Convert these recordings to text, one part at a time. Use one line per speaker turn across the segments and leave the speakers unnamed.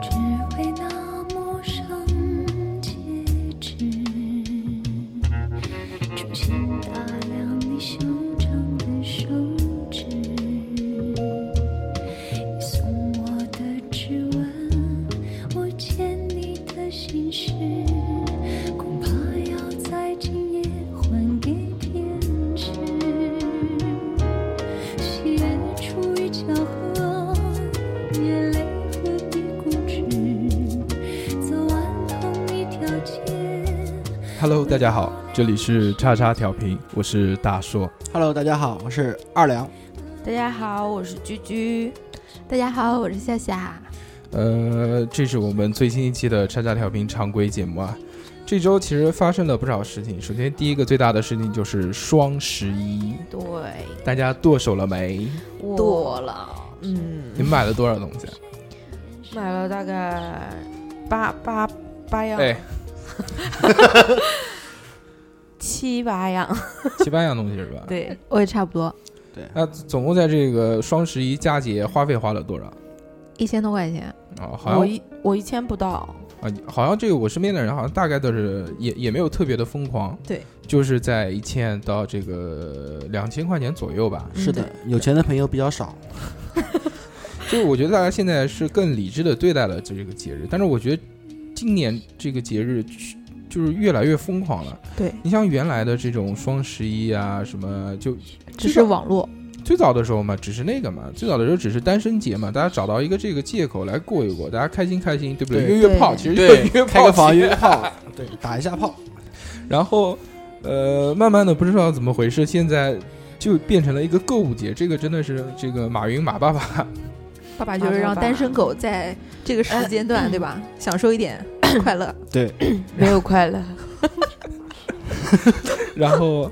只为那陌生戒指，重新打量你修长的手指，你送我的指纹，我欠你的心事，恐怕要在今夜还给天使。喜悦出于巧合，眼泪何必固执？走完同一条街。
Hello，大家好，这里是叉叉调频，我是大硕。
Hello，大家好，我是二良。
大家好，我是居居。
大家好，我是夏夏。
呃，这是我们最新一期的叉叉调频常规节目啊。这周其实发生了不少事情。首先，第一个最大的事情就是双十一，
对，
大家剁手了没？
我
剁了，
嗯，
你们买了多少东 西啊？
买了大概八八八样，
哎，
七八样，
七八样东西是吧？。
对，
我也差不多
那总共在这个双十一佳节花费花了多少？
一千多块钱。
哦，好
我
像
一我一千不到，
啊，好像这个我身边的人好像大概都是也也没有特别的疯狂，
对，
就是在一千到这个两千块钱左右吧。
是
嗯
的，有钱的朋友比较少。
就是我觉得大家现在是更理智的对待了这个节日，但是我觉得今年这个节日就是越来越疯狂了。
对，
你像原来的这种双十一啊，什么就
只是网络，
最早的时候嘛，只是那个嘛，最早的时候只是单身节嘛，大家找到一个这个借口来过一过，大家开心开心，对不对？
对
约约炮，
对
其实约约
开
炮
个房
其实
约炮，对，打一下炮。
然后，呃，慢慢的不知道怎么回事，现在就变成了一个购物节。这个真的是这个马云马爸爸，
爸爸啊就是让单身狗在这个时间段，对吧？享受一点快乐。
对，
没有 快乐，
然后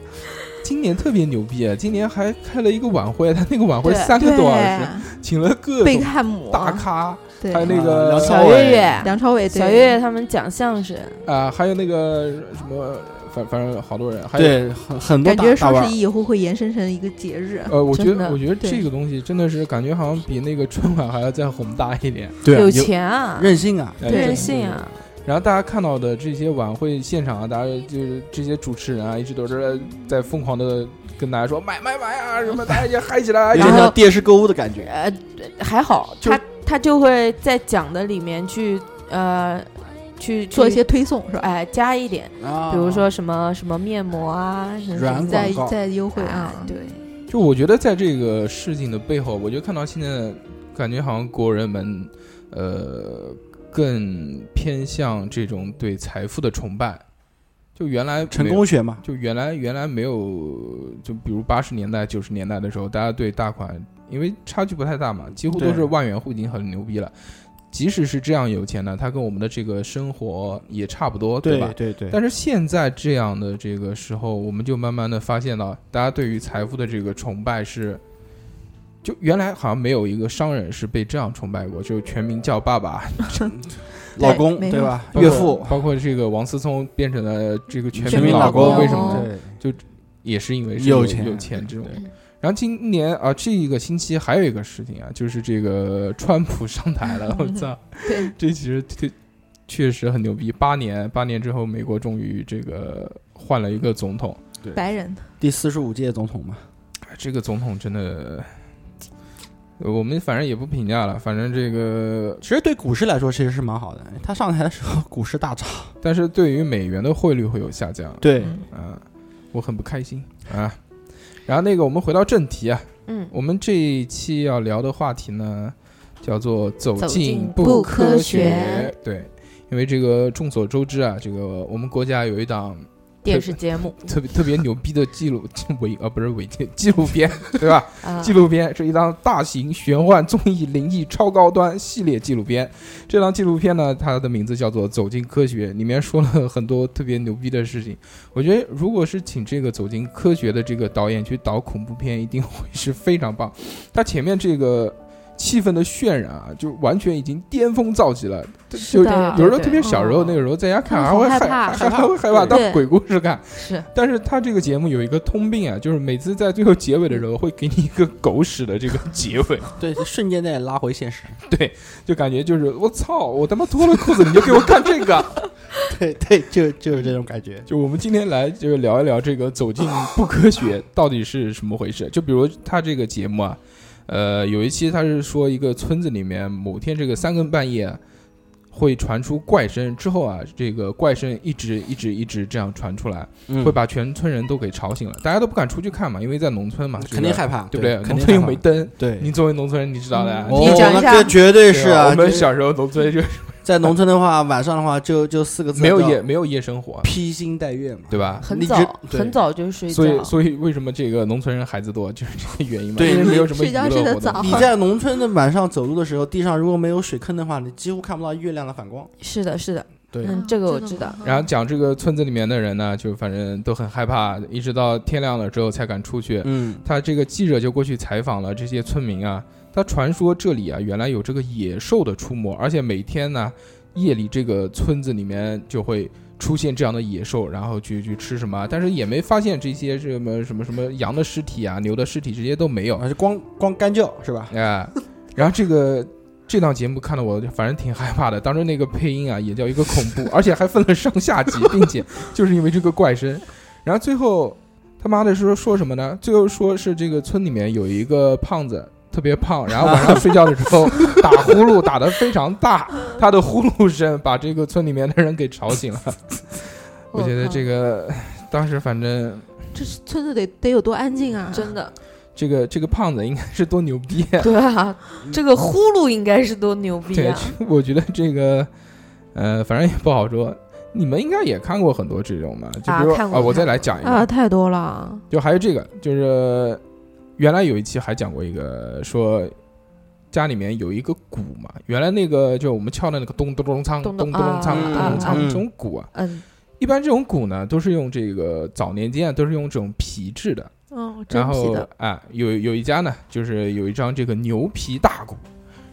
今年特别牛逼啊！今年还开了一个晚会，他那个晚会
对
三个多小时，
对，
请了各
贝
种
克汉姆，啊
大咖，
对，
还有那
啊
个
梁朝
小
伟
月月，
梁朝伟，对
小月月他们讲相声，
啊、还有那个什么，反反正好多人，还有。
对，很很多
感觉
大大
双
腕
十
儿。
一以后会延伸成一个节日。
呃，我觉
真
得，
的
我觉得
对
这个东西真的是感觉好像比那个春晚还要再宏大一点，
对，
有钱啊，
任性啊，
呃
任
真的
性啊，
然后大家看到的这些晚会现场啊，大家就是这些主持人啊，一直都是在疯狂的跟大家说买买买啊，什么大家一起嗨起来，
有
就
点
是
像电视购物的感觉。
呃，还好
就
他他就会在讲的里面去呃去
做一些
去
推送是吧？
哎加一点，
哦
啊
比如说什么什么面膜啊，什么
软广
在
告
在优惠
会
啊，
哦
啊，对。
就我觉得在这个事情的背后，我就看到现在感觉好像国人们，呃，更偏向这种对财富的崇拜。就原来没有
成功学嘛，
就原来原来没有，就比如八十年代、九十年代的时候，大家对大款，因为差距不太大嘛，几乎都
对
是万元户已经很牛逼了。即使是这样有钱呢，他跟我们的这个生活也差不多，
对
吧？
对对，
但是现在这样的这个时候，我们就慢慢的发现到，大家对于财富的这个崇拜是，就原来好像没有一个商人是被这样崇拜过，就全民叫爸爸，
老公
没
对
有
吧？
包括
岳父，
包括这个王思聪变成了这个全
全民
老
老公
为什么呢？
对，
也是因为是
有
有
钱
有钱这种。然后今年啊，这一个星期还有一个事情啊，就是这个川普上台 了，我操！
对，
这其实这确实很牛逼。八年八年之后，美国终于这个换了一个总统，
白人
第四十五届总统嘛，
哎这个总统真的我们反正也不评价了，反正这个，
其实对股市来说其实是蛮好的，他上台的时候股市大涨，嗯
但是对于美元的汇率会有下降，
对
嗯
啊，我很不开心啊。然后那个，我们回到正题啊，
嗯，
我们这一期要聊的话题呢，叫做“走
走
进
进
不
不
科
科
学
学”。
对，因为这个众所周知啊，这个我们国家有一档
电视节目
特别特别牛逼的纪录伪啊不是伪纪纪录片，对吧？
啊，
纪录片是一档大型玄幻综艺灵异超高端系列纪录片。这档纪录片呢，它的名字叫做《走进科学》，里面说了很多特别牛逼的事情。我觉得，如果是请这个《走进科学》的这个导演去导恐怖片，一定会是非常棒。他前面这个气氛的渲染啊，就完全已经巅峰造极了。就是
的
有时候
对
特别小时候，
哦
那个时候在家看
看
还
了好
会
害
害
怕
还还 会害怕当
对
鬼故事看。
是
但是他这个节目有一个通病啊，就是每次在最后结尾的时候会给你一个狗屎的这个结尾，
对，就瞬间再拉回现实，
就感觉就是我操，我他妈脱了裤子你就给我看这 个。。
对对，就就是这种感觉
就我们今天来就是聊一聊这个走进不科学到底是什么回事。就比如他这个节目啊，呃，有一期他是说一个村子里面某天这个三更半夜啊会传出怪声，之后啊，这个怪声一直一直一直这样传出来，
嗯
会把全村人都给吵醒了，大家都不敢出去看嘛，因为在农村嘛，
肯定
害。
害怕，
对不对？
肯
农
定
村又
害怕
没灯，
对，
你作为农村人，你知道的啊。
嗯
你
你讲一下
哦那这绝
对
对是
啊，我们
这
小时候农村就
在农村的话，晚上的话就就四个字，
没有夜没有夜生活，
披星戴月嘛。
对吧？
很
你
早
这
很早就睡觉
所以，所以为什么这个农村人孩子多，就是这个原因嘛？
对
因为没有什么娱
睡觉睡
乐
得
活
早
动。
你在农村的晚上走路的时候，地上如果没有水坑的话，你几乎看不到月亮的反光。
是的，是的，
对
嗯这个我知道。
然后讲这个村子里面的人呢，就反正都很害怕，一直到天亮了之后才敢出去。
嗯，
他这个记者就过去采访了这些村民啊，他传说这里啊原来有这个野兽的出没，而且每天呢夜里这个村子里面就会出现这样的野兽，然后去去吃什么，但是也没发现这些什么什么什么羊的尸体啊、牛的尸体这些都没有，
而且光光干觉是吧？
哎，然后这个。这档节目看得我反正挺害怕的，当时那个配音啊也叫一个恐怖，而且还分了上下集，并且 就是因为这个怪声，然后最后他妈的是说说什么呢？最后说是这个村里面有一个胖子特别胖，然后晚上睡觉的时候打呼噜打得非常大，他的呼噜声把这个村里面的人给吵醒了。我觉得
靠
这个当时反正
这是村子得得有多安静啊！
真的，
这个这个胖子应该是多牛逼、
对啊，这个呼噜应该是多牛逼
对
啊！，
我觉得这个，呃，反正也不好说。你们应该也看过很多这种嘛，就比如
啊看过
我再
看
来讲一个，
啊，太多了。
就还有这个，就是原来有一期还讲过一个，说家里面有一个鼓嘛，原来那个就我们敲的那个咚咚咚锵，咚咚
咚咚
咚锵，
啊
咚咚锵
嗯
这种鼓啊，
嗯，
一般这种鼓呢都是用这个早年间啊都是用这种皮制的，
嗯，真
然
皮
后
的，
啊，有有一家呢，就是有一张这个牛皮大鼓，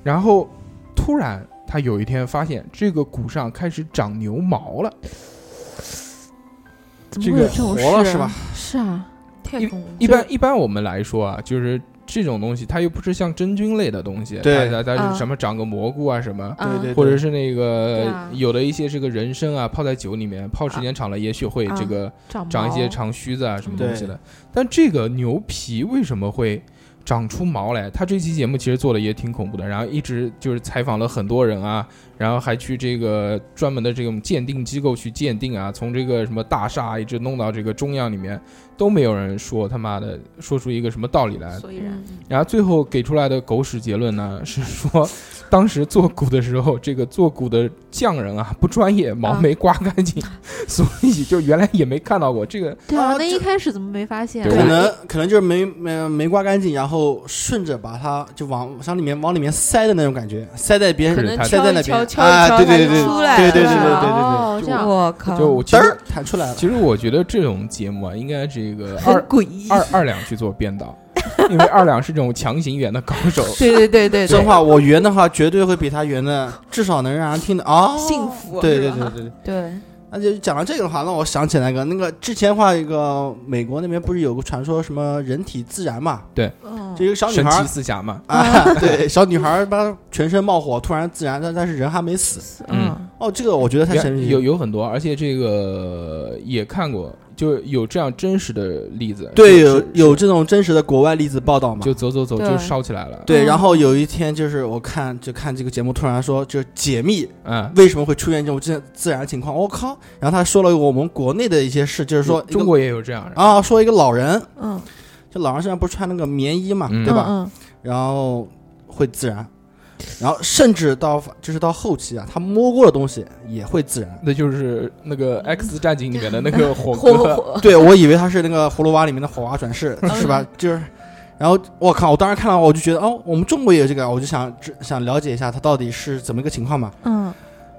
然后突然他有一天发现这个鼓上开始长牛毛了，
怎
这
么会有
个
这种事
活了
啊？
是吧？
是啊，
太恐怖
一般一般我们来说啊，就是这种东西，它又不是像真菌类的东西，
对
它它它
啊
是什么长个蘑菇啊什么。
啊
对对，
或者是那个、
对啊
有的一些这个人参啊，泡在酒里面，泡时间长了，也许会
啊
这个
长
长一些
毛
长须子啊什么
对
东西的。但这个牛皮为什么会长出毛来？他这期节目其实做的也挺恐怖的，然后一直就是采访了很多人啊，然后还去这个专门的这种鉴定机构去鉴定啊，从这个什么大厦一直弄到这个中央里面，都没有人说他妈的说出一个什么道理来。
所以然
嗯，
然后最后给出来的狗屎结论呢，是 说当时做鼓的时候，这个做鼓的匠人啊不专业，毛
啊
没刮干净，所以就原来也没看到过这个。
对啊，
啊
那
这
一开始怎么没发现啊？
对
可能可能就是没没没刮干净，然后顺着把它就往往里面往里面塞的那种感觉，塞在别
可
是
人
能
他
敲
在那
一
边
敲敲
啊
一敲
对对
它就
对对
出
对
来
对
了
对对
是
对
吧
对对对
哦，这样
我靠，
就我其
嘚
实
儿弹出来了。
其实我觉得这种节目啊，应该这个
很
二
诡异。
二二两去做编导，因为二两是这种强行圆的高手。
对对对对
真
对，
话，我圆的话绝对会比他圆的，至少能让人听得啊。
幸福
对
是
对
吧
对对对。
对，
那就讲到这个的话，让我想起来一个，那个之前话一个美国那边不是有个传说什么人体自燃嘛？
嗯
就，一个 小女
神
孩
奇
儿
四侠嘛，
啊，对，小女孩儿她全身冒火，突然自燃，但但是人还没死。
嗯
嗯，
哦，哦，这个我觉得太神奇了。
有有很多，而且这个也看过，就有这样真实的例子。
对，
就
有
是
有这种真实的国外例子报道嘛？
就走走走
对
就烧起来了。
对，
嗯
然后有一天就是我看就看这个节目，突然说就解密
嗯，
为什么会出现这种自自然情况，我、靠！然后他说了我们国内的一些事，就是说一个
中国也有这样的，
啊，说一个老人，
嗯，
就老人身上不是穿那个棉衣嘛，
嗯
对吧？
嗯
然后会自燃，然后甚至到就是到后期啊，他摸过的东西也会自燃。
那就是那个《X 战警》里面的那个火
火火
哥，
火，
对，我以为他是那个葫芦娃里面的火娃 转世，
嗯
是吧？就是，然后我靠，我当时看到我就觉得，哦，我们中国也有这个，我就想知想了解一下他到底是怎么一个情况嘛。
嗯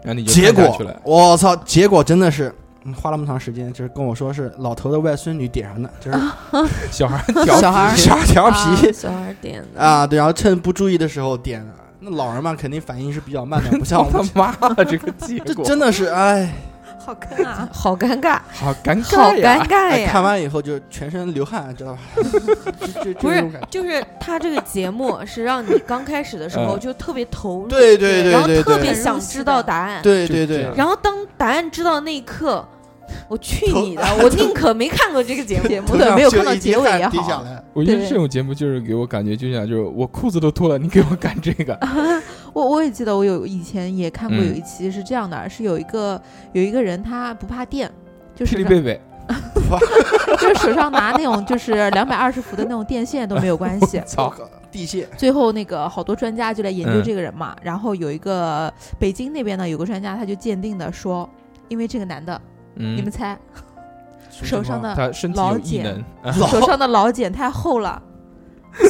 然后你就
结
看下
果
去了，
我操，结果真的是。嗯花那么长时间，就是跟我说是老头的外孙女点上的，就是
小孩
嗯，
调
啊小孩儿，
小调
啊
皮
小孩儿点的
啊，对，然后趁不注意的时候点的。那老人嘛，肯定反应是比较慢的，不像我
他
们
妈的这个结
这
果
真的是哎，
好看啊，
好尴尬，
好尴
好
尬
尴
呀！
尬
哎
呀！
看完以后就全身流汗，知道吧？ 就就就
不
这
是
种感觉，
就是他这个节目是让你刚开始的时候
嗯
就特别投入，
对对对
然后
对
特
对
别想知道答案，
对
就
对
这
对
样，
然后当答案知道那一刻， 我去
头
你的！我宁可没看过这个节 目，
节目
头
对
上
没有
就
看到
一滴
结尾
汗
也
滴
好
下来
我觉得
对
这种节目就是给我感觉就像就是我裤子都脱了，你给我干这个，
我我也记得我有以前也看过有
嗯
一期是这样的，啊是有一个有一个人他不怕电，就
霹
是
雳贝贝，。
就是手上拿那种就是两百二十伏的那种电线都没有关 系
操！
地线
最后那个好多专家就来研究
嗯
这个人嘛，然后有一个北京那边呢有个专家他就鉴定的说，因为这个男的，你
嗯
们，猜
什
手
么
上的
他身体
老
有异
茧
能，啊
哦
手上的老茧太厚了，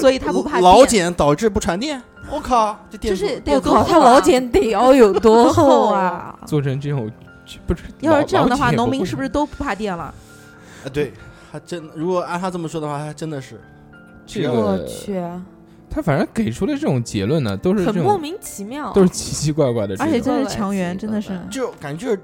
所以他不怕
老
电。
茧导致不传电，我靠，这电
就是
阻
得有
我
多
靠，
厚
他
啊
老茧得要有多厚 啊！
做成这种，不是
要是这样的话，农民是
是？
不是都不怕电了？
啊，对，还真如果按他这么说的话，还真的是
这
我
个
去，
他反正给出的这种结论呢，都是这
很莫
种
名其妙，
都是奇奇怪怪的这
而
种，
且真
怪
是强援，真的是
奇怪
就感觉就是，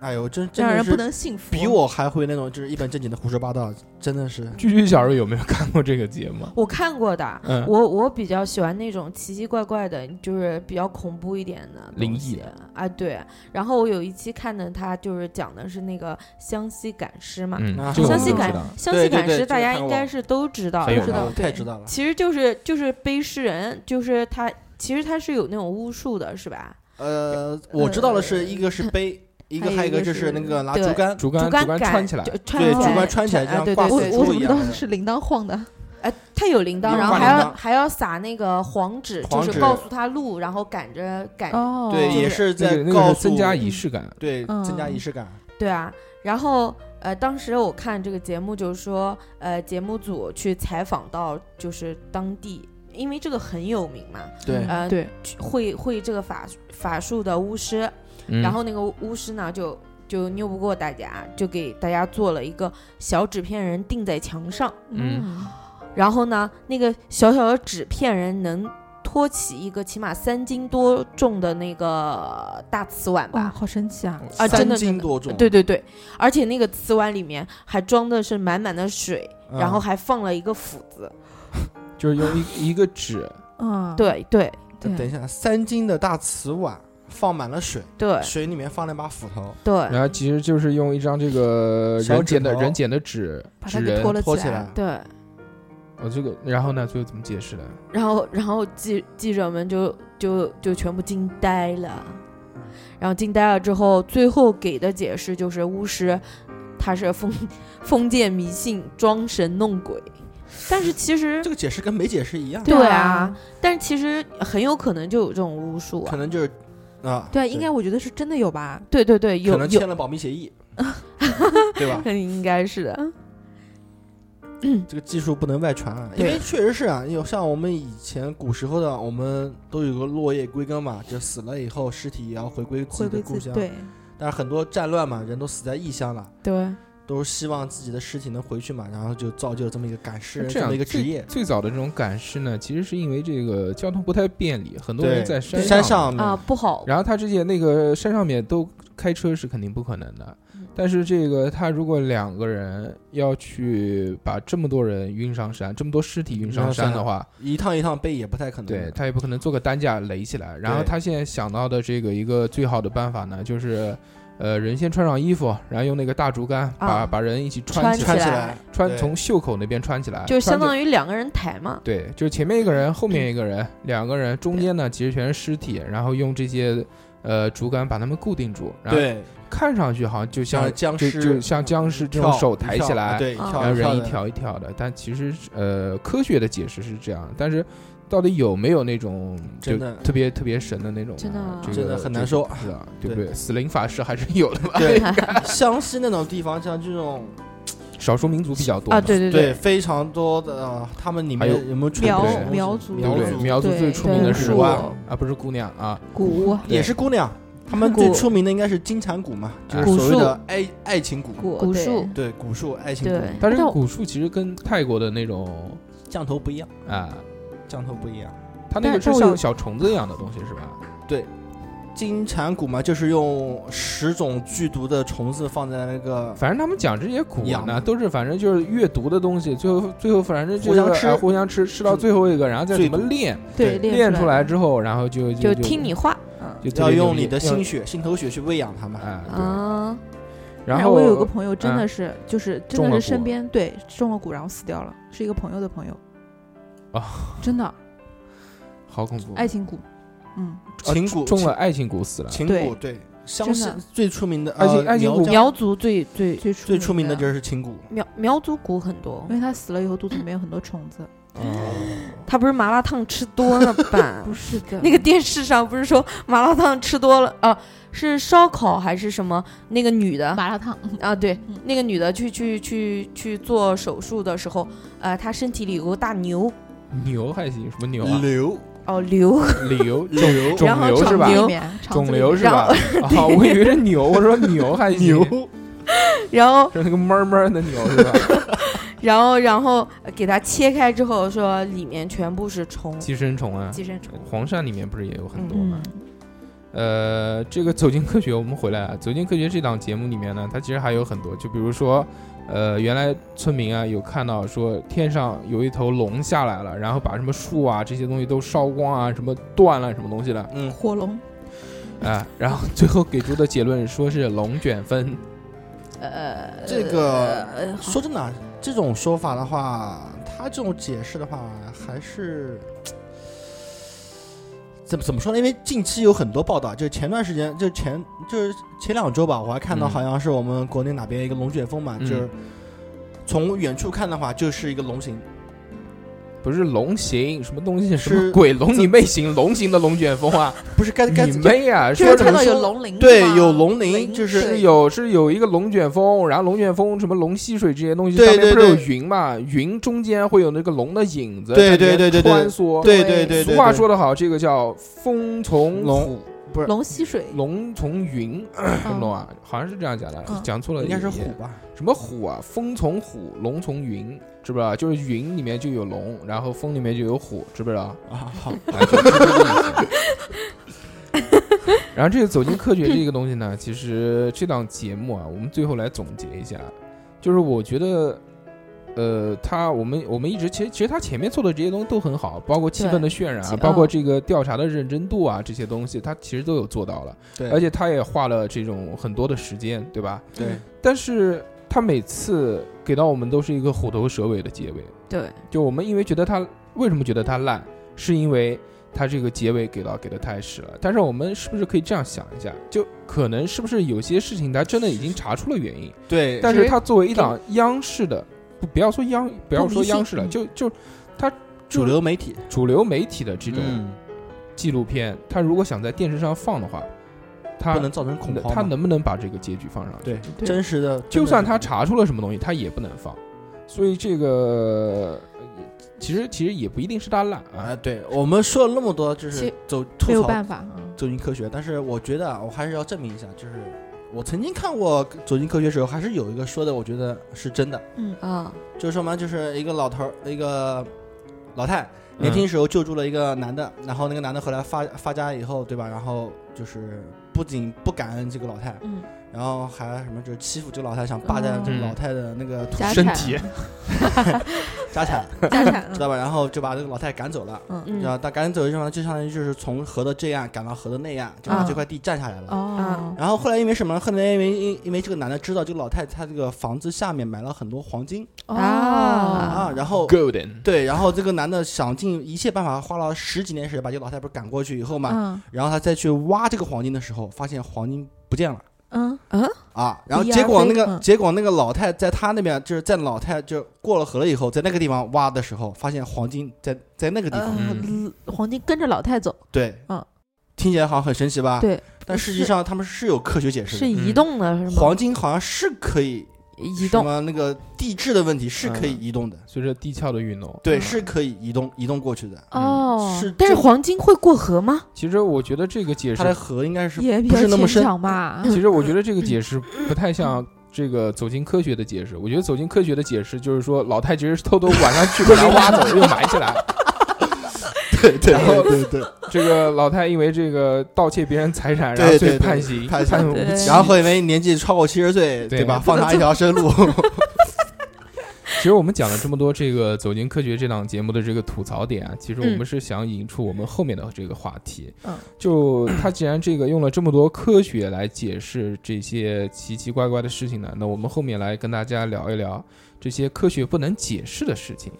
哎呦，真真
让
的
人
是
不能信服。
比我还会那种就是一本正经的胡说八道，真的是
居居小时候有没有看过这个节目？
我看过的。
嗯，
我我比较喜欢那种奇奇怪怪的，就是比较恐怖一点的东
灵异
西
的
啊，对。然后我有一期看的，他就是讲的是那个湘西赶尸嘛，
嗯，
啊
这个
湘
我
西
不知
赶
道。
湘
对
西
对
赶
对
尸
这
大
个
家
看
应
过
该是都知道
还有
的，
知道
我太知道了。
其实就是就是背尸人，就是他其实他是有那种巫术的，是吧？
呃，我知道的是一个是杯，一个
还有
还有
一
一个
个
就是
是
那个拿
对
竹竿，
竹竿
竹竿
竹竿
杆
穿起来，
就穿
对，
起来
竹竿穿起来这
啊
样
对对
挂
对
我
水
对
我
珠
怎
一
么知
样
道
的。
是铃铛晃的？
哎，它有铃铛，
有
然后
挂
还
铃
要
铛
还要撒那个黄纸，
黄
就是
纸
告诉他路，然后赶着赶
哦，
对，也
就是
是
那
在
个那
告
个
诉
是增加仪式感，
对增加
嗯
仪式感。
对啊，然后呃，当时我看这个节目就是说，呃，节目组去采访到就是当地，因为这个很有名嘛，
对，
呃
嗯对，
去会会这个法法术的巫师，
嗯
然后那个巫师呢就就拗不过大家，就给大家做了一个小纸片人钉在墙上，
嗯
然后呢，那个小小的纸片人能。托起一个起码三斤多重的那个大瓷碗吧
哇，，好神奇啊！
啊真的
三斤
真的
多重，
对对对，而且那个瓷碗里面还装的是满满的水，
嗯，
然后还放了一个斧子。
就是用一一个纸，
嗯，
对对
对
等一下，三斤的大瓷碗放满了水，
对
水里面放两把斧头，
对
然后其实就是用一张这个
小
人
纸
剪的
条
人剪的纸
把它
纸
给
人
拖，了
拖
起
起
来
来。
对，
我这个然后呢，最后怎么解释的？
然后然后记记者们就就就全部惊呆了，然后惊呆了之后，最后给的解释就是巫师他是封封建迷信，装神弄鬼。但是其实
这，个解释跟没解释一样，
对
对
啊，但是其实很有可能就有这种巫术
可
啊。
能就是啊，
对，应该我觉得是真的有吧？
对对对，有
可能
有
签了保密协议，对 吧？
应该是的。
这个技术不能外传啊，因为确实是啊，有像我们以前古时候的，我们都有个落叶归根嘛，就死了以后尸体也要回归自
回
己的
归
故
自己
乡。，
对，
但是很多战乱嘛，人都死在异乡了。
对，
都是希望自己的尸体能回去嘛，然后就造就了这么一个赶尸人
哎这
这
样
么一个职业。
最早的这种赶尸呢，其实是因为这个交通不太便利，很多人在
山
上。
上
啊，
嘛，
不好，
然后他这些那个山上面都开车是肯定不可能的
嗯，
但是这个他如果两个人要去把这么多人运上山，这么多尸体运上山的话，
一趟一趟背也不太可
嗯
能。
对，他也不可能做个担架垒起来。然后
对
他现在想到的这个一个最好的办法呢，就是。呃，人先穿上衣服，然后用那个大竹竿把、
啊
把人一起
穿
起
起
穿
来，
来
起
穿
对
从袖口那边穿起来，
就
穿
相
着
当于两个人抬嘛。
对，就是前面一个人，后面一个人，两个人，中间呢其实全是尸体，然后用这些呃竹竿把他们固定住，然后
对，
看上去好像就像
像僵
就
尸
就像僵尸这种
跳
手
一
抬
跳
起来，
对，
啊
然
跳
后人一
的，
条一条的，但其实呃科学的解释是这样，但是到底有没有那种就
真的
特别特别神的那种呢，
真的啊
这个
真的很
这
难
个
说
不知道对不
对
对？死灵法师还是有的吧，
对，湘西那种地方，像这种
少数民族比较多
啊，
嘛
对对
对，非常多的，呃他们里
还
面
有
有没有出
苗
过这种东西
苗族
对
苗
不对？
族
苗族
对
最出名的
对
是
古啊
啊，不是姑娘啊，
古
对
也是姑娘，他们最
古
出名的应该是金蟾蛊嘛，就是
古
所谓
树
的爱爱情蛊，
古
古
对
树
对，蛊术爱情蛊
对，
但是
我
古树其实跟泰国的那种
降头不一样，
啊，
降头不一样。
它那个
但
是
但我
像
有
小虫子一样的东西是吧？
金蟾蛊嘛，就是用十种剧毒的虫子放在那个
反正他们讲这些蛊
养
呢，
的
都是反正就是越毒的东西，最后最后反正就
互
是
相吃
哎互相吃，吃到最后一个，然后再
最
怎么
毒
炼，
对
炼
练
出
来
来之后，然后就
就
就
听你话
嗯
就特
要
别牛
用
逼
你的
要
心血、心头血去喂养它嘛。
哎，对
啊，
然
哎
后
我有个朋友真的是，就是
中
真
了
的
蛊
是身边对中了蛊然后死掉了，是一个朋友的朋友
啊，
真的
好恐怖，
爱情蛊，嗯，
啊
情蛊
中了爱情蛊死了，
情
对
蛊，对，湘西
真的
最出名的
爱情
呃
爱情
苗
蛊
疆
苗族最最
最
最出名的
的
就是情蛊，
苗苗族蛊很多
因，为他死了以后肚子里面有很多虫子，
他不是麻辣烫吃多了吧？
不是的，
那个电视上不是说麻辣烫吃多了啊，是烧烤还是什么？那个女的
麻辣烫，
啊，对
嗯，
那个女的去去去去做手术的时候，呃，她身体里有个大牛
牛还行，什么牛啊？
瘤
哦瘤，
瘤
瘤
然
肿
后
瘤是
长
吧
瘤？
里面肠
肿
子里
瘤
面
是吧？ 啊，我以为是牛，我说牛还行，
然后
是那个闷闷的牛 是吧？
然后然后呃给它切开之后说里面全部是虫，
寄生虫啊，
寄生虫。
黄鳝里面不是也有很多吗
嗯？，
呃，这个《走进科学》，我们回来啊，《走进科学》这档节目里面呢，它其实还有很多，就比如说，呃，原来村民啊有看到说天上有一头龙下来了，然后把什么树啊这些东西都烧光啊，什么断了什么东西了，啊、
嗯，
火龙，
然后最后给出的结论说是龙卷风，
呃，
这个
呃好
说真的啊，这种说法的话，他这种解释的话，还是怎么怎么说呢？因为近期有很多报道，就前段时间，就前就是前两周吧，我还看到
嗯
好像是我们国内哪边一个龙卷风嘛，
嗯
就是从远处看的话，就是一个龙形，
不是龙形什么东西，什么
是
鬼龙
这
你妹行，龙形的龙卷风 啊，
不是该该
你妹啊，
就
说
是
什
看
么
到有
说
龙鳞，
对
是吗
有龙鳞就是
是
对
有是有一个龙卷风，然后龙卷风什么龙吸水这些东西，
对
上面
对
不是有
对
云嘛？云中间会有那个龙的影子，
对对对对对
穿梭。
对对对对
俗
对，
话说得好，这个叫风从
龙
虎
龙吸水，
龙从云，
嗯
懂不懂啊？好像是这样讲的
嗯，
讲错了
应
也，
该是虎吧？
什么虎啊？风从虎，龙从云，知不知道？就是云里面就有龙，然后风里面就有虎，知不知道？
啊，好，
啊就是这个意思然后这个走进科学这个东西呢，其实这档节目啊，我们最后来总结一下，就是我觉得，呃，它我们我们一直其实其实它前面做的这些东西都很好，包括气氛的渲染啊，
气
包括
嗯
这个调查的认真度啊，这些东西它其实都有做到了，
对，
而且它也花了这种很多的时间，对吧？
对，
但是它每次给到我们都是一个虎头蛇尾的结尾，
对，
就我们因为觉得它为什么觉得它烂，是因为它这个结尾给到给的太实了。但是我们是不是可以这样想一下，就可能是不是有些事情它真的已经查出了原因，
对，
但
其
是
实
它作为一档央视的，不不要说央不要说央视了，
嗯
就就它
主流媒体
主流媒体的这
这
种
种
纪录片，它如果想在电视上放的话，它
不能造成恐慌嘛，
它能不能把这个结局放上去？
对
对
真实的，
就算他
查。
查出了什么东西，他也不能放。所以这个呃其实其实也不一定是他烂
啊，
啊，
对我们说了那么多，就
其
是
实
走
没
吐
有
槽
办法，嗯
走进科学，但是我觉得啊，我还是要证明一下，就是我曾经看过《走进科学》时候，还是有一个说的，我觉得是真的，
啊，
就是什么，就是一个老头儿，一个老太
嗯
年轻时候救助了一个男的，然后那个男的后来发发家以后，对吧？然后就是不仅不感恩这个老太，
嗯，
然后还什么就是欺负这个老太，想霸占
哦
这个老太的那个土
家
身
产
体
家产，
家产嗯
知道吧？然后就把这个老太赶走了。
嗯
然后他赶走之后呢，就相当于就是从河的这岸赶到河的那岸，就把这块地占下来了。
哦，
然后后来因为什么呢？后来因为因因为这个男的知道这个老太她这个房子下面埋了很多黄金
哦
啊
啊，然后
golden，
对，然后这个男的想尽一切办法，花了十几年时间把这个老太不是赶过去以后嘛，
嗯
然后他再去挖这个黄金的时候，发现黄金不见了
嗯
啊，然后
不翼
结
而
果
飞
那个
嗯
结果那个老太在他那边就是在老太就过了河了以后，在那个地方挖的时候，发现黄金在在那个地方，
呃
嗯，
黄金跟着老太走，
对，
嗯
听起来好像很神奇吧？
对，
但实际上他们是有科学解释
是
的，
移动的，是吗？
嗯黄金好像是可以
移
什
动，
么那个地质的问题是可以
嗯
移动的，
随着地壳的运动，
对，
嗯
是可以移动移动过去的。
哦
嗯是
但是
这
黄金会过河吗？
其实我觉得这个解释
它的河应该是
也比
不
较
是那么
牵
深
强吧？
其实我觉得这个解释不太像这个走进科学的解释。我觉得走进科学的解释就是说，老太其实是偷偷晚上去把它挖走，又埋起来。
对对
然后
对对
这个老太因为这个盗窃别人财产，
对
然后被
对对
判刑，
判
判
刑
无期。
对，然后因为年纪超过七十岁，
对
对吧？放他一条生 路。
其实我们讲了这么多这个走进科学这档节目的这个吐槽点啊，其实我们是想引出我们后面的这个话题。
嗯，
就他既然这个用了这么多科学来解释这些奇奇怪怪的事情呢，那我们后面来跟大家聊一聊这些科学不能解释的事情，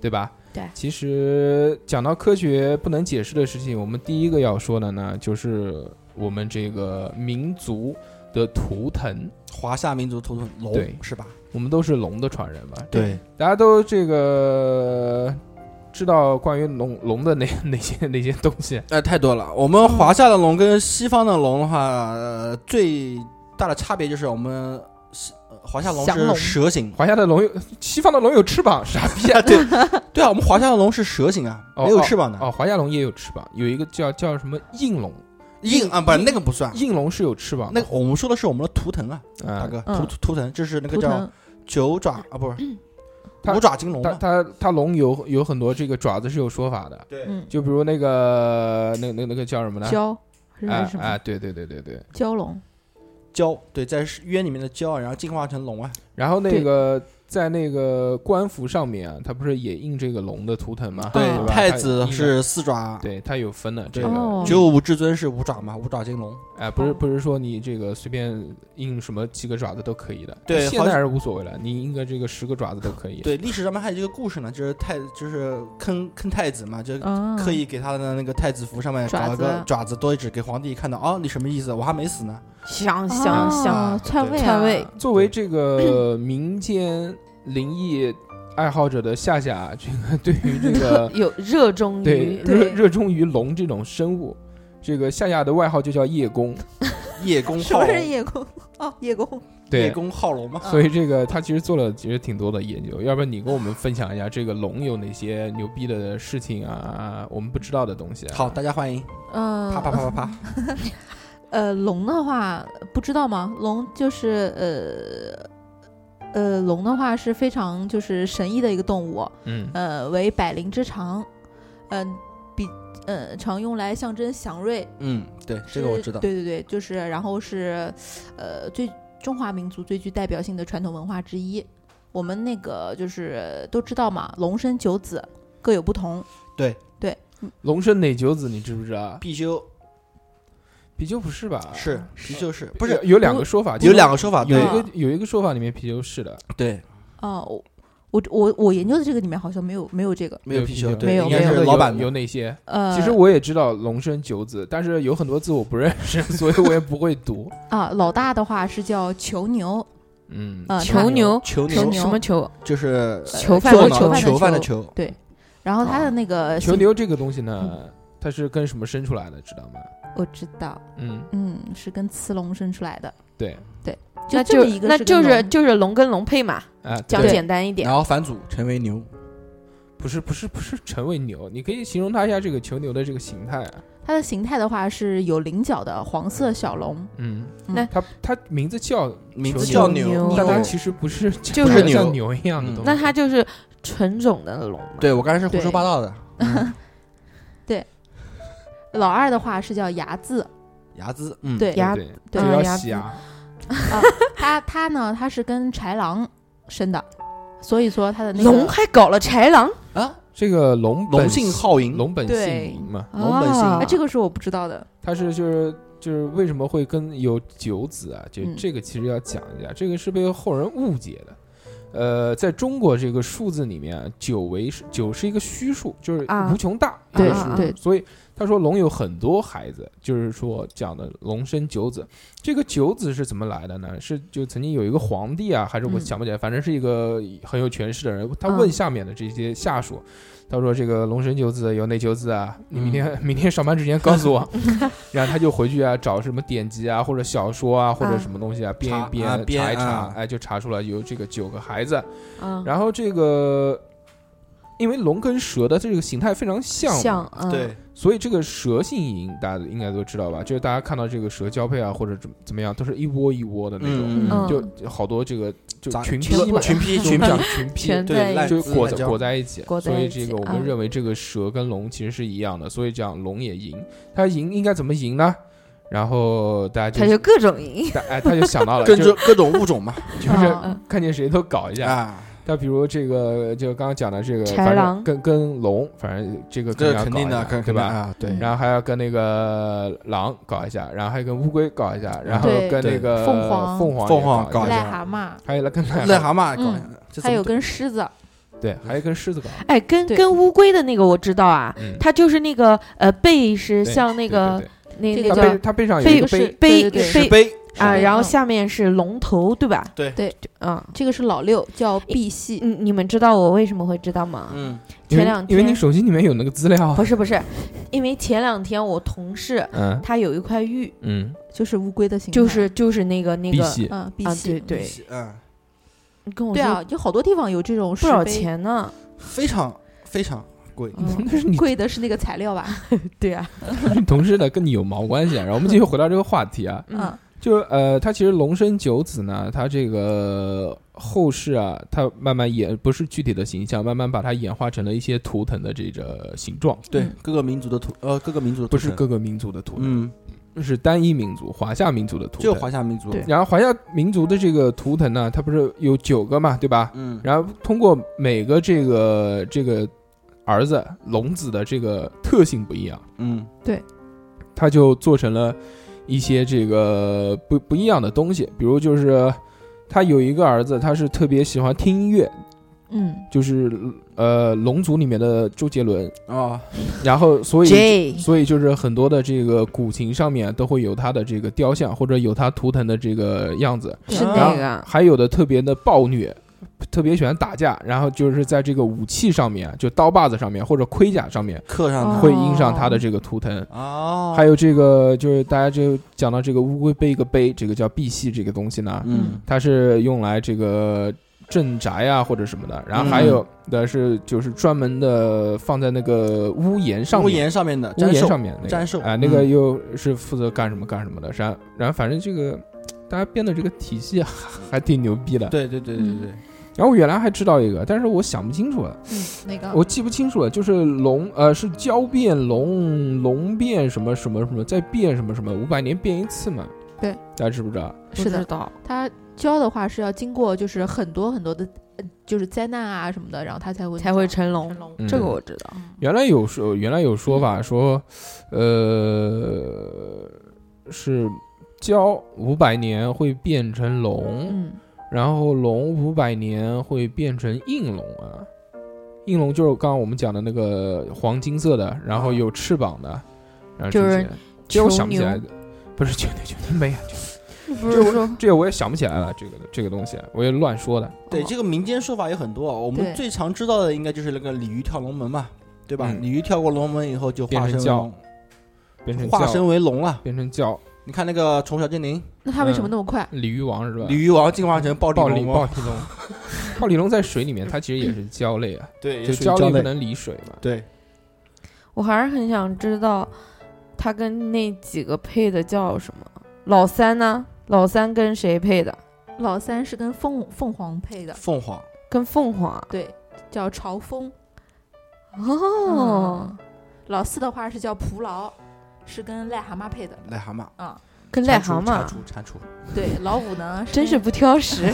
对吧？
对
其实讲到科学不能解释的事情，我们第一个要说的呢，就是我们这个民族的图腾，
华夏民族图腾
对
龙是吧？
我们都是龙的传人嘛，
对，
大家都这个知道关于龙龙的 哪哪些哪些东西？
呃，太多了。我们华夏的龙跟西方的龙的话，呃最大的差别就是我们西呃华夏龙
降龙
是蛇形。
华夏的龙有，西方的龙有翅膀，傻逼啊！
对对啊，我们华夏的龙是蛇形啊，
哦
没有翅膀的。
哦，华夏龙也有翅膀，有一个叫叫什么应龙，
硬啊，不，那个不算。
应龙是有翅膀
那
的，
个我们说的是我们的图腾啊，大
啊，
哥，
嗯
图图腾就是那个
图
叫
腾
九爪啊，不是
它
五爪金龙
它
嘛？
哎它它龙有有很多这个爪子是有说法的，
对
嗯，
就比如那个那那那个叫什么呢？
蛟是
啊
什么
啊，？对对对对对。
蛟龙
蛟，对，在渊里面的蛟，然后进化成龙啊。
然后那
对
个在那个官服上面啊，它不是也印这个龙的图腾吗？
对
吧，
太
它
子
印了
是四爪，
对它有分的这
对
个
哦
九五至尊是五爪嘛，五爪金龙。
哎，不是
哦
不是说你这个随便印什么几个爪子都可以的，
对
现
好
在
像
还是无所谓了，你印个这个十个爪子都可以。，
对，历史上面还有一个故事呢，就是太就是坑坑太子嘛，就
啊，
刻意给他的那个太子服上面
爪
搞一
子
个嗯爪子多一指，给皇帝看到，哦，你什么意思？我还没死呢。
啊
想想想，
啊
篡
对
位啊
篡位
作为这 个民间灵异爱好者的夏夏，这个对于这 个
有热衷
呃对
于
热
对
热衷于龙这种生物，这个夏夏的外号就叫叶公，
叶公
什
好
么是
龙，
叶公？哦，叶公
叶
对。
公好龙嘛。
所以这个他其实做了其实挺多的研究，要不然你跟我们分享一下这个龙有哪些牛逼的事情啊，我们不知道的东西啊。
好，大家欢迎，
嗯，
啪啪啪啪啪。
呃，龙的话不知道吗？龙就是呃呃，龙的话是非常就是神异的一个动物，
嗯，
呃，为百灵之长，嗯、比呃常用来象征祥瑞。
嗯，对，这个我
是
知道。
对对对，就是然后是呃最中华民族最具代表性的传统文化之一。我们那个就是都知道嘛，龙生九子各有不同。
龙生哪九子你知不知道啊？
必修
貔貅不是吧？
是
是
必修是不是
有有两个说法，
有两个说法？
有
对
一个有一个说法里面貔貅是的，
对，
哦、我我我研究的这个里面好像没有没有这个。
没有
有
必
貔
修，
貅
对，
没有
应该
没
是
有
老板
有
的。
哪些？
呃，
其实我也知道龙生九子，但是有很多字我不认识， 所以我也不会读。
啊，老大的话是叫囚牛，
嗯，
呃，
囚
他
牛
囚
囚
什
牛
牛
什么球？
呃
就是
囚犯
坐
的
牢
做
囚
呢，
囚犯的
囚
囚，
然后
啊
他的那个
囚
形，
牛这个东西呢，它是跟什么生出来的，知道吗？
我知道，
嗯，
嗯，是跟雌龙生出来的，
对，
那
这
就
么一个
那
跟
就是
龙
就是龙跟龙配嘛，
啊，对
讲
对
简单一点
然。后反祖成为牛。
不是不是不是成为牛，你可以形容它一下这个囚牛的这个形态啊。
它的形态的话是有棱角的黄色小龙，
嗯，
那
它它名字叫
名字
囚
叫
牛，
牛，
但它
牛
其实不是，
就是
不像
牛
牛一样的东西。
那它就是纯种的龙嘛。
对我刚才是胡说
对
嗯八道的。
老二的话是叫睚眦，
牙眦，嗯，
对
牙
对，这
对
啊
要
牙
洗
眦
牙，
他他呢，他是跟豺狼生的，所以说他的那个
龙还搞了豺狼，
啊，
这个龙
龙
本
性好淫，
龙本
对
性淫嘛，
龙本性
啊
啊，这个是我不知道的。
它是就是就是为什么会跟有九子啊？这
嗯
这个其实要讲一下，这个是被后人误解的。呃，在中国这个数字里面啊，九为是九是一个虚数，就是
啊
无穷大一
对
个
啊
数。
对
所以他说龙有很多孩子，就是说讲的龙生九子。这个九子是怎么来的呢？是就曾经有一个皇帝啊，还是我
嗯
想不起来，反正是一个很有权势的人，他
嗯
问下面的这些下属，他说这个龙神九子有哪九子啊？你明天、明天上班之前告诉我。然后他就回去啊，找什么典籍啊，或者小说啊，或者什么东西啊，编一
查
编，
啊编
查一查，
啊
哎，就查出来有这个九个孩子。
嗯，
然后这个，因为龙跟蛇的这个形态非常像嘛，
像，嗯，
对，
所以这个蛇性淫大家应该都知道吧？就是大家看到这个蛇交配啊，或者怎么怎么样，都是一窝一窝的那种，
嗯
嗯
就就好多这个就
杂
群
全
批嘛，
群批
就
群批
讲群批，
全在
对，
一
烂
就
眦
是裹
烂
在
胶
裹在一起，
裹在
所以
一
这
起
个我们
嗯
认为这个蛇跟龙其实是一样的，所以讲龙也赢，它赢应该怎么赢呢？然后大家
他
就
就哦各种赢，
大哎，他就想 到了，
跟
就
着各种物种嘛，
就是
嗯
看见谁都搞一下。
啊，
他比如这个就刚刚讲的这个，
豺
反正
狼
跟跟龙，反正这个
这
要
肯
搞
定
一
的，
下
肯
对吧？
啊，对
嗯，
然后还要跟那个狼搞一下，然后还跟乌龟搞一下，然后
对
跟那
对
个
凤凰
凤凰
凤
也
凰
搞一
搞
下
一下
癞嗯蛤
啊
蟆，
还有来跟
癞蛤蟆搞一下
嗯，
这
还
怎
有
么
跟狮子，
对，还有跟狮子搞，
哎，跟
对
跟乌龟的那个我知道啊，
嗯，
它就是那个呃背是
对
像
对
那个
对
那
这
对它
个
那
叫
背
个
它背上有
背
一个
是
背，
背
对对
石
背
碑
啊，
是
然后
嗯
下面是龙头，对吧？
对
对，
嗯，
这个是老六，叫赑屃。
你你们知道我为什么会知道吗？
嗯，
因为
前两
因为你
天
手机里面有那个资料啊
不，是不是，因为前两天我同事
嗯
他有一块玉，
嗯，
就是乌龟的形态，
就是就是那个那
碧
个
玺
嗯，赑
啊，
屃
对，对，
嗯，
你跟我
对
说
啊，有好多地方有这种
不
石
少
碑，
钱呢，
非常非常贵，
嗯，
那是你
贵的是那个材料吧？ 嗯
对啊，
同事的，跟你有毛关系啊？然后我们继续回到这个话题啊，
嗯
嗯，
就是呃，他其实龙生九子呢，他这个后世啊，他慢慢演不是具体的形象，慢慢把它演化成了一些图腾的这个形状，
对
嗯，
各个民族的图，呃，各个民族的
不
图
是
腾
各个民族的图腾。
嗯，
是单一民族华夏民族的图
就
腾。
华夏民族，
对
然后华夏民族的这个图腾呢，它不是有九个嘛，对吧？
嗯，
然后通过每个这个这个儿子龙子的这个特性不一样，
嗯，
它就做成了一些这个不不一样的东西。比如就是他有一个儿子，他是特别喜欢听音乐，
嗯，
就是呃龙族里面的周杰伦，
哦，
然后所 以
J
所以就是很多的这个古琴上面啊都会有它的这个雕像，或者有它图腾的这个样子。
是
啊
那个，
还有的特别的暴虐，特别喜欢打架，然后就是在这个武器上面，啊就刀把子上面或者盔甲上面
刻上它
会印上它的这个图腾。
哦，
还有这个就是大家就讲到这个乌龟背一个杯，这个叫赑屃这个东西呢，
嗯，
它是用来这个镇宅啊或者什么的。
嗯
然后还有的是就是专门的放在那个屋檐上
屋
面。
檐上面的
屋
占
檐
兽
上面那个
占兽
啊，那个
嗯
又是负责干什么干什么的，然然后反正这个大家编的这个体系还还挺牛逼的。
对对对对对，
然后我原来还知道一个，但是我想不清楚了，
嗯，那个
我记不清楚了，就是龙呃是交变龙，龙变什么什么什么，再变什么什么，五百年变一次嘛。
对，
大家知不知道？
是
不知
的，
道，
它教的话是要经过就是很多很多的，呃就是灾难啊什么的，然后它才会
才会
成
成龙，
龙。
嗯
这个我知道，
原来有说，原来有说法说，呃，是蛟五百年会变成龙，
嗯，
然后龙五百年会变成应龙啊，应龙就是刚刚我们讲的那个黄金色的，然后有翅膀的，然后
就是
这些这我
囚
想不起
牛
来的，不是绝对绝对没有，
不
是
说
这我也想不起来了，这个这个东西我也乱说的，
对，
哦
这个民间说法有很多，我
对
们最常知道的应该就是那个鲤鱼跳龙门嘛，对吧？
嗯
鲤鱼跳过龙门以后就
变
化
成
身为
蛟
龙
变成
化
叫
身为龙了。
变成叫
你看那个《宠小精灵
那它为
嗯
什么那么快？
鲤鱼王是》，吧
鲤？鱼王进化成暴
暴
龙
鲤暴
吗？
鲤龙， 暴鲤龙在水里面，它其实也是蛟类啊，
对，
就
也属于
蛟类不
类。
能离水嘛。
对，
我还是很想知道他跟那几个配的叫什么。老三呢？老三跟谁配的？
老三是跟凤凤凰配的，
凤凰
跟凤凰啊。
对，叫朝风。
哦，
老四的话是叫蒲牢，是跟癞蛤蟆配的。
癞蛤蟆，
啊，
跟癞蛤蟆
蟾蜍，蟾蜍，
对，老五呢？
真是
跟
不挑 食。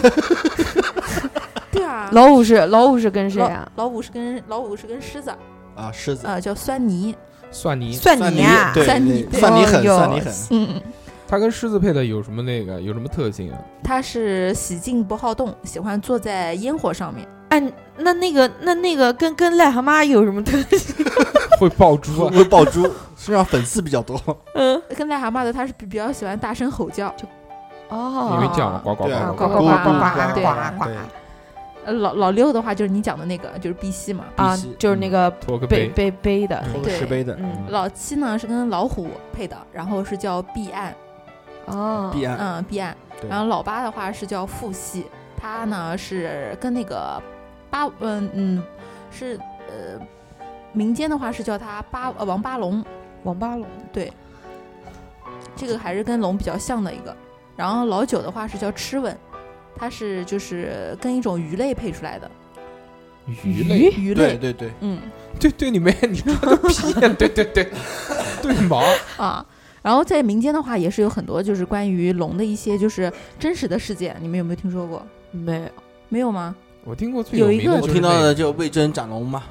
对啊。
老五是老五是跟谁
老
啊？
老五是跟老五是跟狮子，
啊，狮子，
呃，叫酸泥。
蒜泥，
蒜
蒜泥
呀，，
对
蒜泥
对蒜泥
哎
很，
呦
蒜泥很，
嗯，
它跟狮子配的有什么那个有什么特性啊？
它是喜静不好动，喜欢坐在烟火上面。
哎，那那个那那个跟跟癞蛤蟆有什么特 性？
会爆珠
会
啊
不！会爆珠？身上粉刺比较 多，
嗯，
跟癞蛤蟆的，它是比比较喜欢大声吼叫。
哦，
因为这样呱呱
对啊
呱呱
啊，呱
呱
呱呱
咕
呱
咕
呱
对
呱呱
呃，老老六的话就是你讲的那个，就是碧玺嘛。
啊
鼻息，
就是那个
拖个
背
背，
背背的，
偷
对
石碑的
嗯，
老七呢是跟老虎配的，然后是叫碧岸，
哦，
必安，
嗯，碧岸。
对
然后老八的话是叫父系，他呢是跟那个八，嗯嗯，是呃，民间的话是叫他八呃王八龙，
王八龙，
这个还是跟龙比较像的一个。然后老九的话是叫螭吻，它是就是跟一种鱼类配出来的
鱼类，
鱼
对
类，
对对，
嗯
对对，你没你这 个屁，对对对，对毛，
啊。然后在民间的话也是有很多就是关于龙的一些就是真实的事件，你们有没有听说过？
没有，
没有吗？
我听过最
有一
名的
个
就
我
是
听到
那
的
个
就魏征斩龙嘛，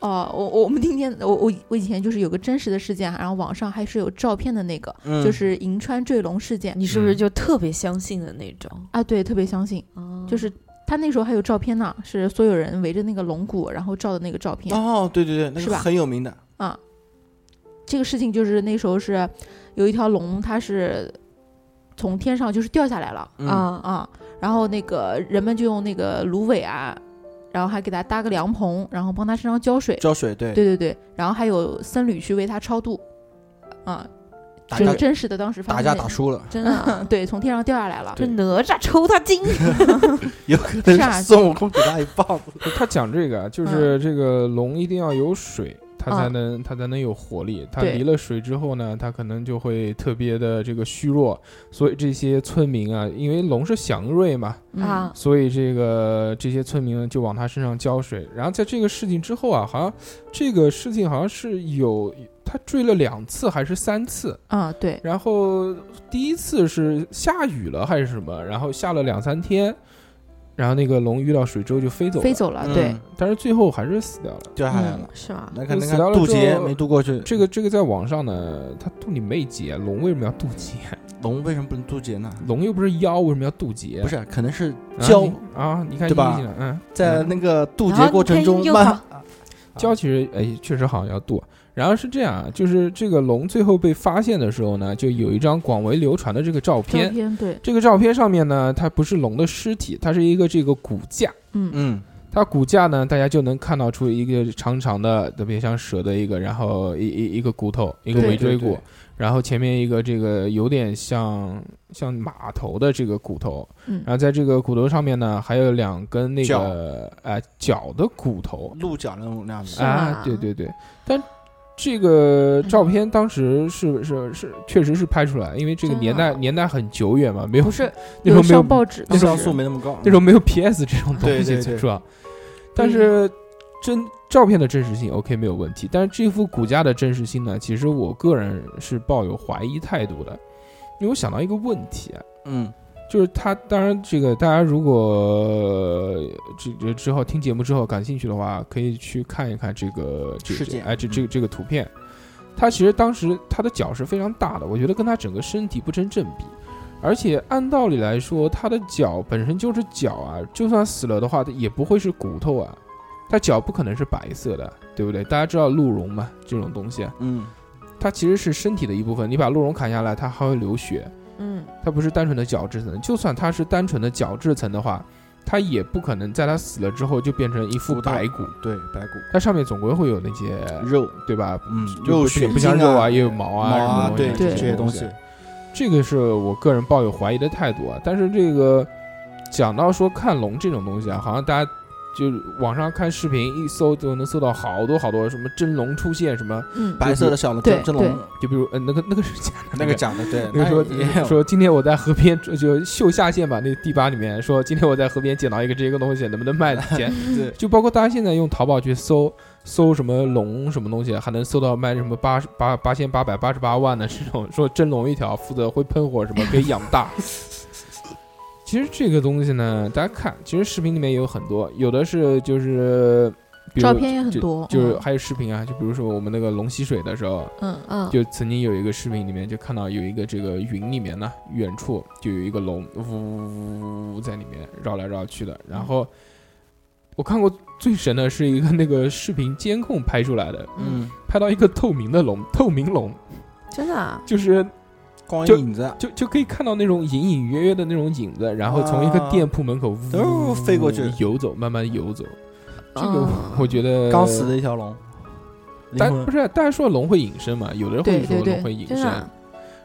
哦，我我我们今天我我我以前就是有个真实的事件，然后网上还是有照片的那个，
嗯
就是银川坠龙事件
你是不是就特别相信的那种？
啊，对，特别相信，
哦
就是他那时候还有照片呢，是所有人围着那个龙骨然后照的那个照片
哦，对对对，那
是
个
吧
很有名的，
啊。这个事情就是那时候是有一条龙，它是从天上就是掉下来了
嗯，
啊，
啊，然后那个人们就用那个芦苇啊，然后还给它搭个凉棚，然后帮它身上浇水，
浇水对，
对对对，然后还有僧侣去为它超度，啊，
打
就
架
是真实的当时发
打
生
架
的嗯
打输了，
真的啊，
对，从天上掉下来了。
这哪吒抽他筋，
有可
是啊
能是孙悟空给他一棒子，
他讲这个啊，就是这个龙一定要有水，它才
嗯
能它才能有活力。它
对
离了水之后呢，它可能就会特别的这个虚弱。所以这些村民啊，因为龙是祥瑞嘛，
嗯
啊，
所以这个这些村民呢就往它身上浇水。然后在这个事情之后啊，好像这个事情好像是有它坠了两次还是三次，
啊，对，
然后第一次是下雨了还是什么，然后下了两三天，然后那个龙遇到水之后就飞走了，
飞走了，对嗯
嗯，，
但是最后还是死掉了。
掉下来了，
是吗？
那可能
死掉
看
了
渡
之后
劫没渡过去，
这个这个在网上呢，它渡你没劫，龙为什么要渡劫？
龙为什么不能渡劫呢？
龙又不是妖，为什么要渡劫？
不是，可能是
啊
教
你啊，你看
对吧
你呢嗯，
在
嗯
那个渡
然
劫
后
过程中
你看 又
慢，
礁其实哎，确实好像要渡。然后是这样啊，就是这个龙最后被发现的时候呢，就有一张广为流传的这个照
照
片。
片对，
这个照片上面呢，它不是龙的尸体，它是一个这个骨架。
嗯
嗯，
它骨架呢，大家就能看到出一个长长的，特别像蛇的一个，然后一一一个骨头，一个
对
尾椎
对
骨，
对
然后前面一个这个有点像像马头的这个骨头，
嗯
然后在这个骨头上面呢，还有两根那个呃脚的骨头
鹿角那种那样子
是，
啊
吗，
对对对，但。这个照片当时是是是，确实是拍出来，因为这个
真
年
的
代
啊
年代很久远嘛，没有
不是
那时 候没有
上报纸的，
像素没那么高，
那时候没有 PS 这种东
对
西
对
是
对
吧？但是真照片的真实性 OK 没有问题，但是这副骨架的真实性呢，其实我个人是抱有怀疑态度的，因为我想到一个问题啊，
嗯，
就是他当然这个大家如果这这之后听节目之后感兴趣的话，可以去看一看这个这
事
这
件
哎这这
嗯
这个图片，他其实当时他的脚是非常大的，我觉得跟他整个身体不成正比。而且按道理来说，他的脚本身就是脚啊，就算死了的话，它也不会是骨头啊，他脚不可能是白色的，对不对？大家知道鹿茸嘛，这种东西，
嗯，
它其实是身体的一部分。你把鹿茸砍下来，它还会流血，
嗯，
它不是单纯的角质层。就算它是单纯的角质层的话，它也不可能在它死了之后就变成一副
骨头
白骨，
对，白骨
它上面总归会有那些，
肉，
对吧？
嗯，
就
肉
不
血
仅不像
筋
肉
啊
啊，也有毛
毛
啊，什么
啊，
东西
对
啊
对
这些东西，
这个是我个人抱有怀疑的态度啊。但是这个讲到说看龙这种东西啊，好像大家就是网上看视频一搜就能搜到好多好多什么真龙出现什么，
嗯，
白色的小龙，
对
真真
对
龙，
就比如呃那个那个是假的，
那个假的，对，
那个说
也有
说今天我在河边就就秀下线吧，那地笆里面说今天我在河边捡到一个这个东西，能不能卖钱？
对
就包括大家现在用淘宝去搜搜什么龙什么东西，还能搜到卖什么八十八八千八百八十八万的这种，说真龙一条，负责会喷火什么，可以养 大。其实这个东西呢，大家看，其实视频里面有很多，有的是就是比如
照片也很多，
就就是
嗯
还有视频啊，就比如说我们那个龙吸水的时候，
嗯
啊
嗯，
就曾经有一个视频里面就看到有一个这个云里面呢，远处就有一个龙呜呜呜呜呜在里面绕来绕去的。
嗯
然后我看过最神的是一个那个视频监控拍出来的，
嗯，
拍到一个透明的龙，透明龙
真的啊，
就是
光
就呃
影子
就就可以看到那种隐隐约约的那种影子，然后从一个
啊
店铺门口呜
哦飞过去啊
游走，慢慢游走。这个
嗯
我觉得
刚死的一条龙，
但
灵魂
不是，啊大家说龙会隐身嘛？有的人会
对
说
对对
龙会隐
真
身，
的啊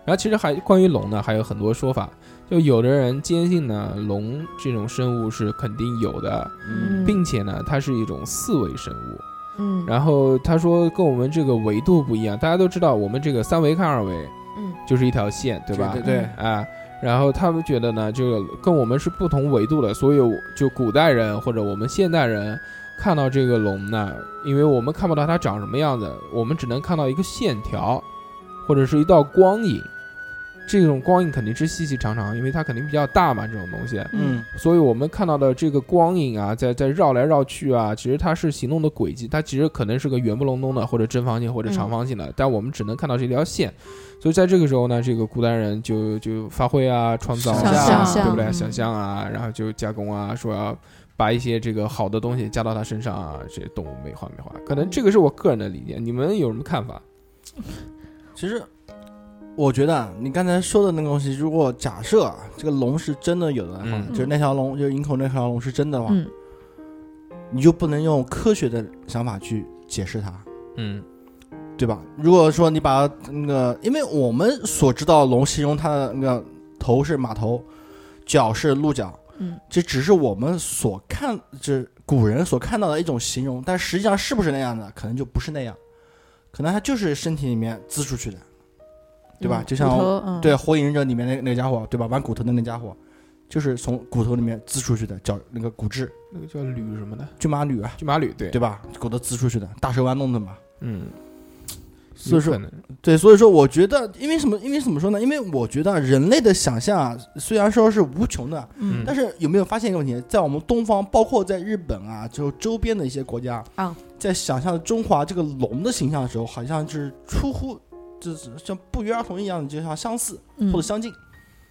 然后其实还关于龙呢，还有很多说法。就有的人坚信呢，龙这种生物是肯定有的，
嗯
并且呢，它是一种四维生物。
嗯，
然后他说跟我们这个维度不一样，大家都知道我们这个三维看二维，
嗯，
就是一条线，对吧？
对嗯对
啊。然后他们觉得呢，这个跟我们是不同维度的，所以我就古代人或者我们现代人看到这个龙呢，因为我们看不到它长什么样子，我们只能看到一个线条，或者是一道光影。这种光影肯定是细细长长，因为它肯定比较大嘛，这种东西。
嗯
所以我们看到的这个光影啊，在在绕来绕去啊，其实它是行动的轨迹，它其实可能是个圆不隆咚的，或者正方形或者长方形的，但我们只能看到这条线。所以在这个时候呢，这个古代人就就发挥啊，创造
想
啊，
象
对不对？
嗯
想象啊，然后就加工啊，说要把一些这个好的东西加到它身上啊，这些动物美化美化。可能这个是我个人的理解，你们有什么看法？
其实我觉得啊，你刚才说的那个东西，如果假设啊，这个龙是真的有的话，
嗯
就是那条龙，就是营口那条龙是真的话，
嗯
你就不能用科学的想法去解释它，
嗯
对吧？如果说你把它那个，因为我们所知道的龙形容它的那个头是马头，脚是鹿角，
嗯，
这只是我们所看，这古人所看到的一种形容，但实际上是不是那样的，可能就不是那样，可能它就是身体里面滋出去的，对吧？
嗯
就像
骨头嗯
对啊《火影忍者》里面那那个家伙，对吧？玩骨头的那家伙，就是从骨头里面滋出去的，脚那个骨质，
那个叫吕什么的，
骏马吕啊，
骏马吕，对
对，吧？骨头滋出去的，大蛇丸弄的嘛。
嗯，
所以
有
说
可，能
对，所以说，我觉得，因为什么？因为怎么说呢？因为我觉得啊人类的想象啊，虽然说是无穷的，
嗯
但是有没有发现一个问题？在我们东方，包括在日本啊，就周边的一些国家
啊，
在想象中华这个龙的形象的时候，好像是出乎，就是像不约而同一样，就像相似或者
嗯
相近。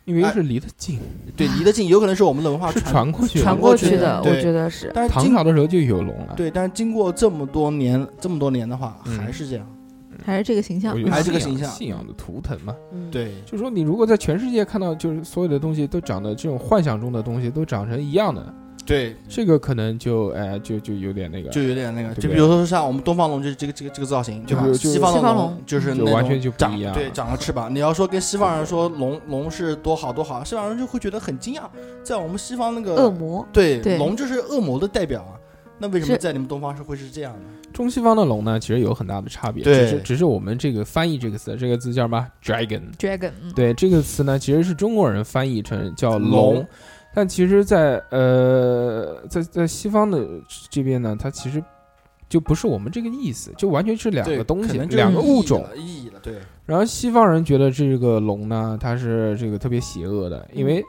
因为
哎
是离得近，
对，离得近，有可能是我们的文化
是
传。
传过去的，
传
传
过
过
去
去
的，
的
我
对
觉得是，
但是
唐
经
朝的时候就有龙了。
对，但是经过这么多年，这么多年的话，
嗯
还是这样。
还是这个形象嗯
我觉，得
还是这个
信
形
仰
象
信仰的图腾嘛。
嗯，
对，
就说你如果在全世界看到，就是所有的东西都长得这种幻想中的东西都长成一样的，
对，
这个可能就哎就就有点那个，
就有点那个，
对
就比如说像我们东方龙，就是这个这个这个造型，对吧
就？是
西方的
西方
龙
龙
就是
就
那
完
种
全就不
长
一样
对，长了翅膀。你要说跟西方人说龙龙是多好多好，西方人就会觉得很惊讶。在我们西方那
恶
个
魔，
对
对
龙就是恶魔的代表啊，那为什么
是
在你们东方是会是这样的？
中西方的龙呢，其实有很大的差别。
对
只是只是我们这个翻译这个词，这个字叫什么？dragon。
dragon，嗯
对，这个词呢，其实是中国人翻译成叫
龙
龙，但其实在，呃，在在西方的这边呢，它其实就不是我们这个意思，就完全是两个
对
东
可
西，
能就是
两个
意义
物种
了。意义了，对，
然后西方人觉得这个龙呢，它是这个特别邪恶的，因为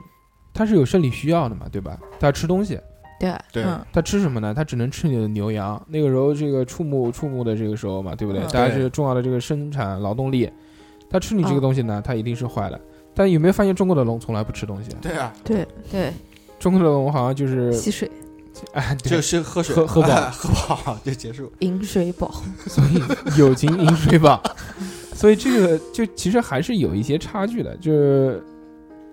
它是有生理需要的嘛，对吧？它吃东西，
对
对
嗯
它吃什么呢？它只能吃你的牛羊。那个时候，这个畜牧畜牧的这个时候嘛，对不对？
嗯
大家
对
是重要的这个生产劳动力，它吃你这个东西呢，它一定是坏的。但有没有发现中国的龙从来不吃东西？
对啊，
对对，
中国的龙好像就是
吸水，
哎，
就
对，
是喝水
喝喝饱
喝饱就结束。
饮水饱，
所以友情饮水饱。 所以这个就其实还是有一些差距的。就是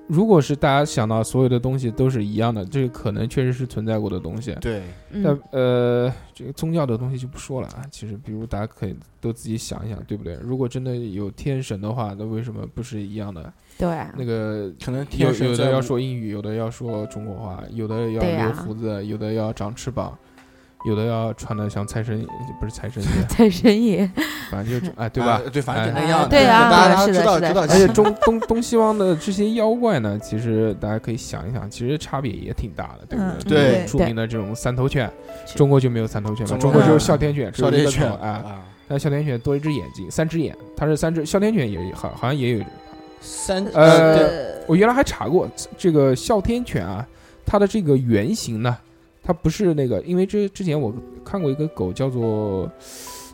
如果是大家想到所有的东西都是一样的，这个可能确实是存在过的东西。
对，
那
嗯，
呃，这个宗教的东西就不说了啊。其实，比如大家可以都自己想一想，对不对？如果真的有天神的话，那为什么不是一样的？
对啊，
那个
可能
有
天神
有
在
的要说英语，有的要说中国话，有的要
对
留
呀，
胡子，有的要长翅膀，有的要穿的像财神，不是财神爷
财神爷，
反正就是哎，对吧？
啊对，反正就
哎
那样的。
对啊
大家
是
知
的
道
是的哎
知道。
而且中东东西方的这些妖怪呢，其实大家可以想一想，其实差别也挺大的，对
嗯
不
对
就是著名的这种三头犬，
是
中国就没有三头犬嘛，中
中
国
国
只有
没有
哮天犬，只有
少
一
林
个头
犬
啊。，但哮天犬多一只眼睛，三只眼，它是三只。哮天犬也好，好像也有。
三
呃
对
我原来还查过这个哮天犬啊，它的这个原型呢，它不是那个，因为之之前我看过一个狗叫做。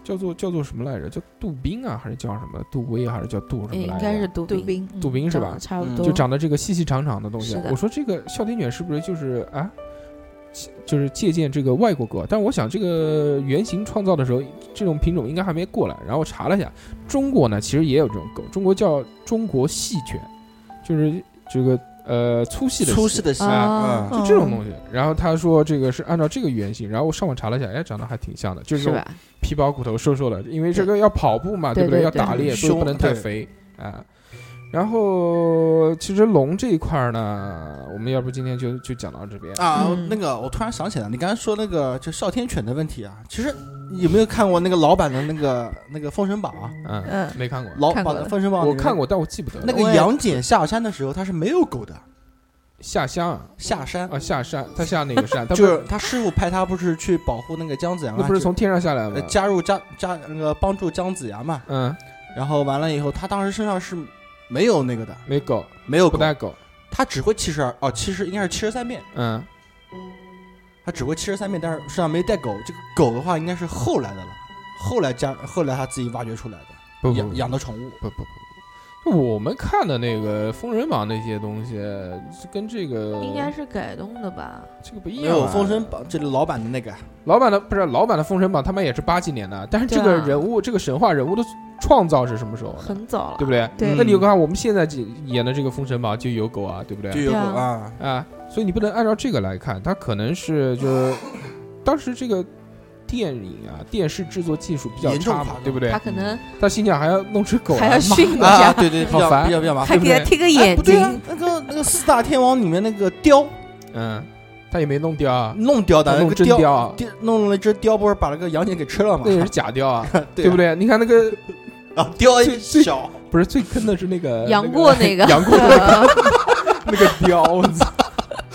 叫做叫做什么来着？叫杜宾啊，还是叫什么杜威，啊还是叫杜什么来着？
应该是杜
杜
宾，
宾，
杜宾是吧
长差不
嗯
多，
就长得这个细细长长的东西
是。的
我说这个哮天犬是不是就是啊，借就是借鉴这个外国狗？但我想这个原型创造的时候，这种品种应该还没过来。然后我查了一下，中国呢其实也有这种狗，中国叫中国细犬，就是这个呃粗细的
粗细的
啊
啊，嗯
就这种东西。然后他说这个是按照这个原型，然后我上网查了一下，哎，长得还挺像的，就是这种
吧？
皮包骨头瘦瘦的，因为这个要跑步嘛，
对
不对？
对
要
对
打猎，所以不能太
凶
肥啊。然后其实龙这一块儿呢，我们要不今天就就讲到这边
啊
嗯，
那个我突然想起来，你刚才说那个就哮天犬的问题啊，其实你有没有看过那个老版的那个那个《封神榜》啊？
嗯，
嗯，
没看过，
老
看
版
过
的
的
《封神榜》里
我
面
看过，但我记不得
那
我
个
也
杨戬下山的时候，他是没有狗的，
下乡啊
下山
啊下山，他下哪个 山？他不
就是是他师傅派他不是去保护那个姜子牙吗？
那不是
就
从天上下来吗
呃？加入加加那个帮助姜子牙嘛？
嗯，
然后完了以后，他当时身上是没有那个的，
没狗，
没有
不
狗，
带狗，
他只会七十二哦，七十应该是七十三变，
嗯，
他只会七十三变，但是身上没带狗。这个狗的话应该是后来的了，后来加后来他自己挖掘出来的，
不不
养
不
养的宠物。
不不不，就我们看的那个《封神榜》那些东西，跟这个
应该是改动的吧？
这个不一
没
样啊。
有《封神榜》这个老版的那个，
老版的不是老版的《封神榜》，他们也是八几年的，但是这
对
个
啊
人物、这个神话人物的创造是什么时候的？
很早了，
对不对？
对
那你有看我们现在这演的这个《封神榜》就有狗啊，对不
就
对？
有狗
对啊
啊，
啊，所以你不能按照这个来看，它可能是就是当时这个电影啊、电视制作技术比较
严重
差
夸
嘛
张，
对不对
他？可能
他心想还要弄只狗
还
来
要
骂，
训一
嗯啊，
下，
对对，比
好
较
烦
比较比较麻烦。
还给他贴个
哎，
眼
不对啊
睛，，
那个那个四大天王里面那个雕，
嗯，他也没弄掉 啊，
弄雕
他
的那
弄
个
真
雕，
啊，
雕弄了一只雕，不是把那个杨戬给吃了吗
那？也是假雕啊，
啊
对不？对？你看那个
啊，雕
最
一
最
小，
不是最坑的是那个
杨过那 个
杨过那个 那个雕，我操，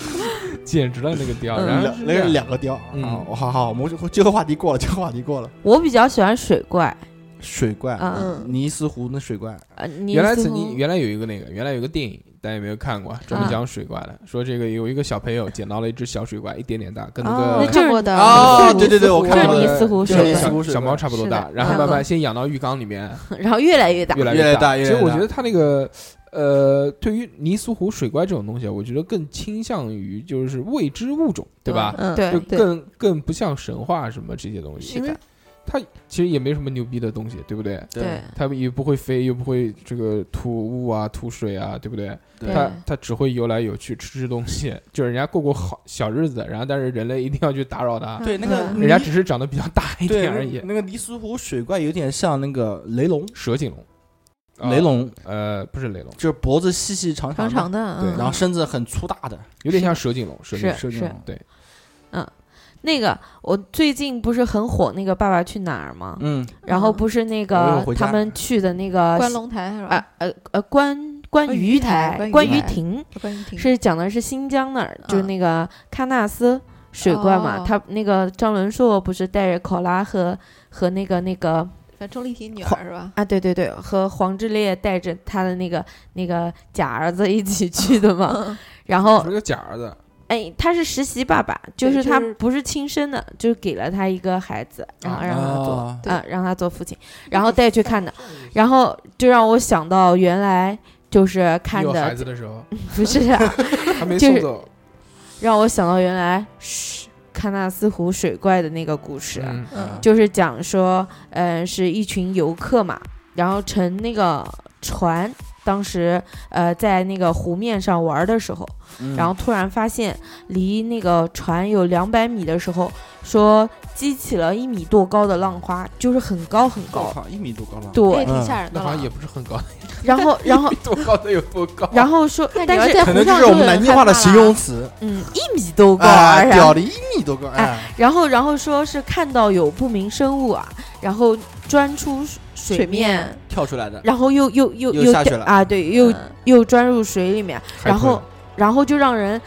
简直了那个雕。
嗯
然后
两
是
那
这
个
样
两个雕啊
嗯！
好好，我们这这个话题过了，这个话题过了。
我比较喜欢水怪，
水怪，
嗯
尼斯湖那水怪，
呃，你
原来
似
曾
乎
经原来有一个那个原来有个电影，大家有没有看过啊？专门讲水怪的，说这个有一个小朋友捡到了一只小水怪，一点点大，跟那
我
个
哦
看过的
哦
那个
对对对我看
过
这
的
尼斯湖
这
水
小
个尼斯
怪，
湖
小
水
小
怪
猫差不多大，
是的
然后慢
看
慢
过
先养到浴缸里面，
然后越来越大，
越来
越来越
大。
大
其
越来
实
越
我
大
觉得它那个呃，对于泥塑湖水怪这种东西，啊我觉得更倾向于就是未知物种，对吧？
嗯
哎对
就
对
更更不像神话什么这些东西，
是
因为
的，
它其实也没什么牛逼的东西，对不对？
对
它也不会飞，又不会这个吐雾啊、吐水啊，对不对？
对
它它只会游来游去，吃吃东西，就是人家过过好小日子，然后但是人类一定要去打扰它，
对，那个
嗯
人家
尼
只是长得比较大一
对
点而已。
那个尼斯湖水怪有点像那个雷龙，
蛇颈龙，啊
雷龙
呃不是雷龙，
就是脖子细细长
长
长
长
的，
的，
对
嗯
然后身子很粗大的，
有点像蛇颈龙，蛇
是
颈龙。
是那
是
种
对，
那个，我最近不是很火那个《爸爸去哪儿》吗？
嗯，
然后
嗯
不是那
我
个
又回
他
家
们去的那个
关龙台是吧
啊？呃呃关关
关
于
于台
台
关
关
于
于
台
亭
关于亭
是讲的是新疆那儿的，就是
嗯
那个喀纳斯水怪嘛
哦。
他那个张伦硕不是带着考拉和和那个那个
反正钟丽缇女儿是吧？
啊，对对对，和黄致列带着他的那个那个假儿子一起去的嘛。
嗯
然后
是个假儿子，
哎，他是实习爸爸，就
对
是哦
就
他
是
不是亲生的，就是给了他一个孩子，然后让他
哦
做。
啊，
啊，让他做父亲，然后带去看的，然后就让我想到原来就是看
你有孩
的
子的时 候
不 是啊、
还没
就
送
是
走，
让我想到原来是喀纳斯湖水怪的那个故事，啊
嗯
嗯
就是讲说，嗯、是一群游客嘛，然后乘那个船，当时呃在那个湖面上玩的时候，
嗯
然后突然发现离那个船有两百米的时候，说激起了一米多高的浪花，就是很高很
我
高。
靠，一米多高了，
对，
哎
也挺吓人
那
的
啊
好像也
了。
不是很高，
然后 然后
多高的有多高？
然后说，但
要
是
在
可能这
湖上
是我们
就有人
南京话的
害怕
形
啦
容词，
嗯，一米都高啊，
哎，
然
屌
后
的一米多高，哎，
然后然后说是看到有不明生物啊，然后钻出
水
水面
面
跳出来的，
然后又又又
又下
掉
去了
啊，对，又、
嗯
又钻入水里面，
还
然后
会
然后就让人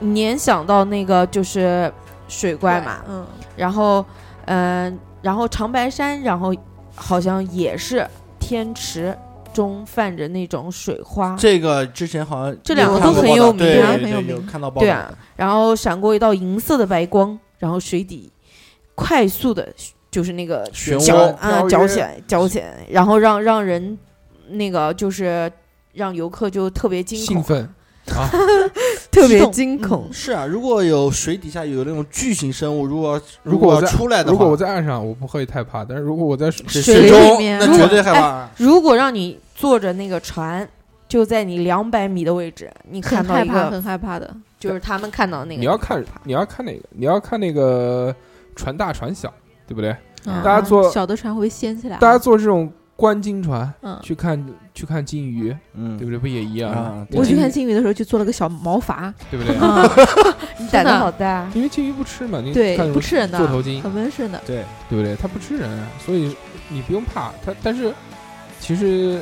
联想到那个就是水怪嘛，
嗯，
然后嗯、呃然后长白山，然后好像也是天池中泛着那种水花，
这个之前好像
这两
有
个
看
都
过
很
报
有
道
名
对
啊
对
很有
对有
名
看到报
对
道
啊，然后闪过一道银色的白光，然后水底快速的，就是那个
漩
搅
涡
啊搅起来，搅起来，然后让让人那个就是让游客就特别惊
兴
恐，
奋啊，
特
激
别
动
惊
嗯
恐。
是啊，如果有水底下有那种巨型生物，如果
如果我
要
在
出来的话，
如果我在岸上，我不会太怕，但是如果我在水
是
水
水
里
中，
面
那
如
绝
果
对害
哎
怕。
如果让你坐着那个船。就在你两百米的位置，你看
很
到
害
一
怕，
个，
很害怕的。
就是他们看到那个。
你要看你要看哪个？你要看那个船大船小，对不对？
嗯
大家坐
小的船会掀起来啊，
大家坐这种观鲸船
嗯，
去看去看鲸鱼，对
嗯，
不对？不也一样
啊
吗？
对
我去
鲸
看鲸鱼的时候就做了个小毛 筏，
对不对？
啊
你
真
胆子
的
好大，
因为鲸鱼不吃嘛，你
对
嗯看什，么
不吃人的
座，头鲸，
很温顺的。
对，
对不对？它不吃人啊，所以你不用怕它。但是其实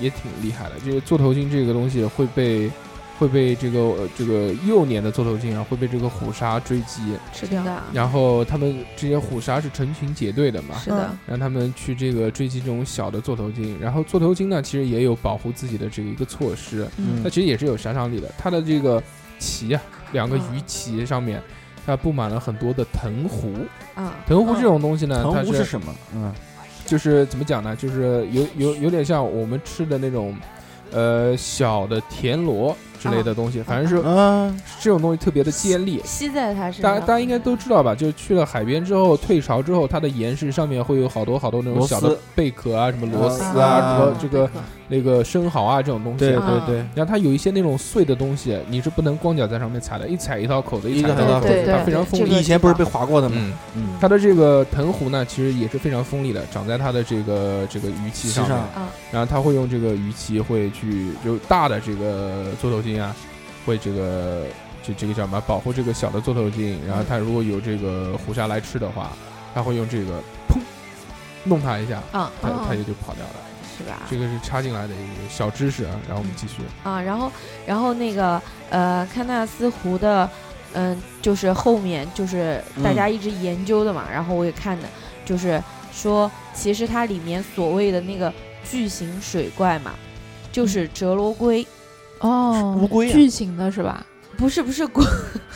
也挺厉害的，就是座头鲸这个东西会被会被这个、呃这个幼年的座头鲸啊会被这个虎鲨追击，
是
真
的，
的。
然后他们这些虎鲨是成群结队的嘛，
是的，嗯
让他们去这个追击这种小的座头鲸。然后座头鲸呢，其实也有保护自己的这个一个措施，
嗯
它其实也是有杀伤力的。它的这个鳍啊，两个鱼鳍上面，它布满了很多的藤壶。
啊，
藤壶这种东西呢，它
嗯哦藤壶
是
是什么？嗯，
就是怎么讲呢？就是有有有点像我们吃的那种，呃，小的田螺之类的东西，反正是
哦嗯，
这种东西特别的尖利。
吸在他身
大家
上。
大家应该都知道吧？就是去了海边之后，退潮之后，它的岩石上面会有好多好多那种
螺
小的
丝
贝壳啊，什么螺
嗯
丝
啊
啊，什么这个
贝壳
那个生蚝啊这种东西。
对
啊
对对，
然后它有一些那种碎的东西，你是不能光脚在上面踩的，一踩一道口子，一
一
踩
个
一
很
道
大
口
对
子，
对
它非常
对
锋
这
利
个。
你以前不是被划过的吗？
嗯，
嗯，
它的这个藤壶呢，其实也是非常锋利的，长在它的这个这个鱼鳍
实际
上面。
上
然后它会用这个鱼鳍会去就大的这个座头鲸啊，会这个这这个叫什么保护这个小的座头鲸。然后它如果有这个虎鲨来吃的话，它会用这个砰弄它一下，
啊
它
哦
它也就跑掉了。
是吧？
这个是插进来的一个小知识啊。然后我们继续，
啊，然后然后那个呃，喀纳斯湖的，嗯、就是后面就是
嗯
大家一直研究的嘛，然后我也看的，就是说其实它里面所谓的那个巨型水怪嘛，就是
嗯
折罗龟，
哦，
乌龟啊
巨型的是吧？
不是不是龟，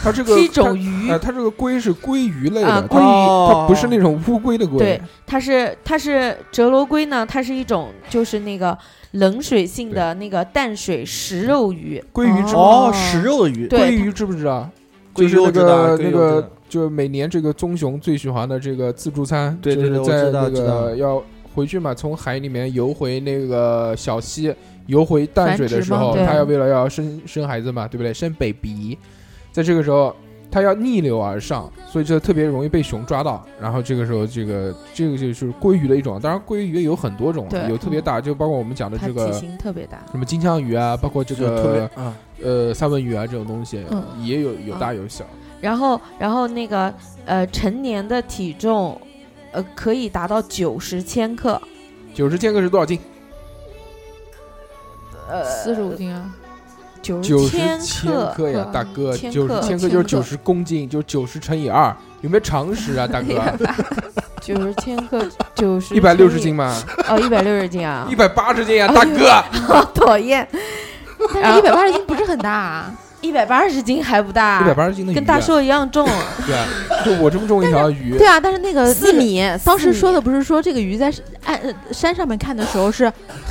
它这个
是一种
它
鱼
呃，，它这个龟是鲑鱼类
啊
的，
鲑
它
鱼
它不是那种乌龟的龟，
对它是它是折罗龟呢，它是一种就是那个冷水性的那个淡水食肉鱼，
鲑鱼知
哦，食肉的鱼，
对
鲑鱼知不知道？
鲑
就是
鱼
那
我知道，
个
啊鲑
那
鱼我知
个
道，
就每年这个棕熊最喜欢的这个自助餐，
对对对
就是在
我知道
那
知道
个要回去嘛，从海里面游回那个小溪，游回淡水的时候，
繁殖嘛对
它要为了要生生孩子嘛，对不对？生 baby，在这个时候。它要逆流而上，所以就特别容易被熊抓到。然后这个时候，这个这个就是鲑鱼的一种，当然鲑鱼有很多种啊，
对
有特别大，就包括我们讲的
它
这
体
个
型特别大，
什么金枪鱼啊，包括这
就特
个
别啊，
呃三文鱼啊这种东西，
嗯
也有有
啊
大有小。
然后，然后那个呃，成年的体重，呃，可以达到九十千克，
九十千克是多少斤？
呃，
四十五斤啊，
九
九十
千嗯
千克呀，大哥，
千
九
克
十千克就
千
是
克
九十公斤，就是九十乘以二，有没有常识啊，大 哥？
哎九十千克，九 十
一百六十斤， 吗？
哦，一百六十斤啊
一，百八十斤呀，大哥！
好讨厌，
但是一百八十斤不是很大啊。
一百八十斤还不大，
一百八十斤的鱼啊，
跟大寿一样重， 呃
对啊，就我这么重一条鱼
对，啊，但是那个
四。米。
当时
四米
说的不是说这个鱼在岸呃山上面看的时候是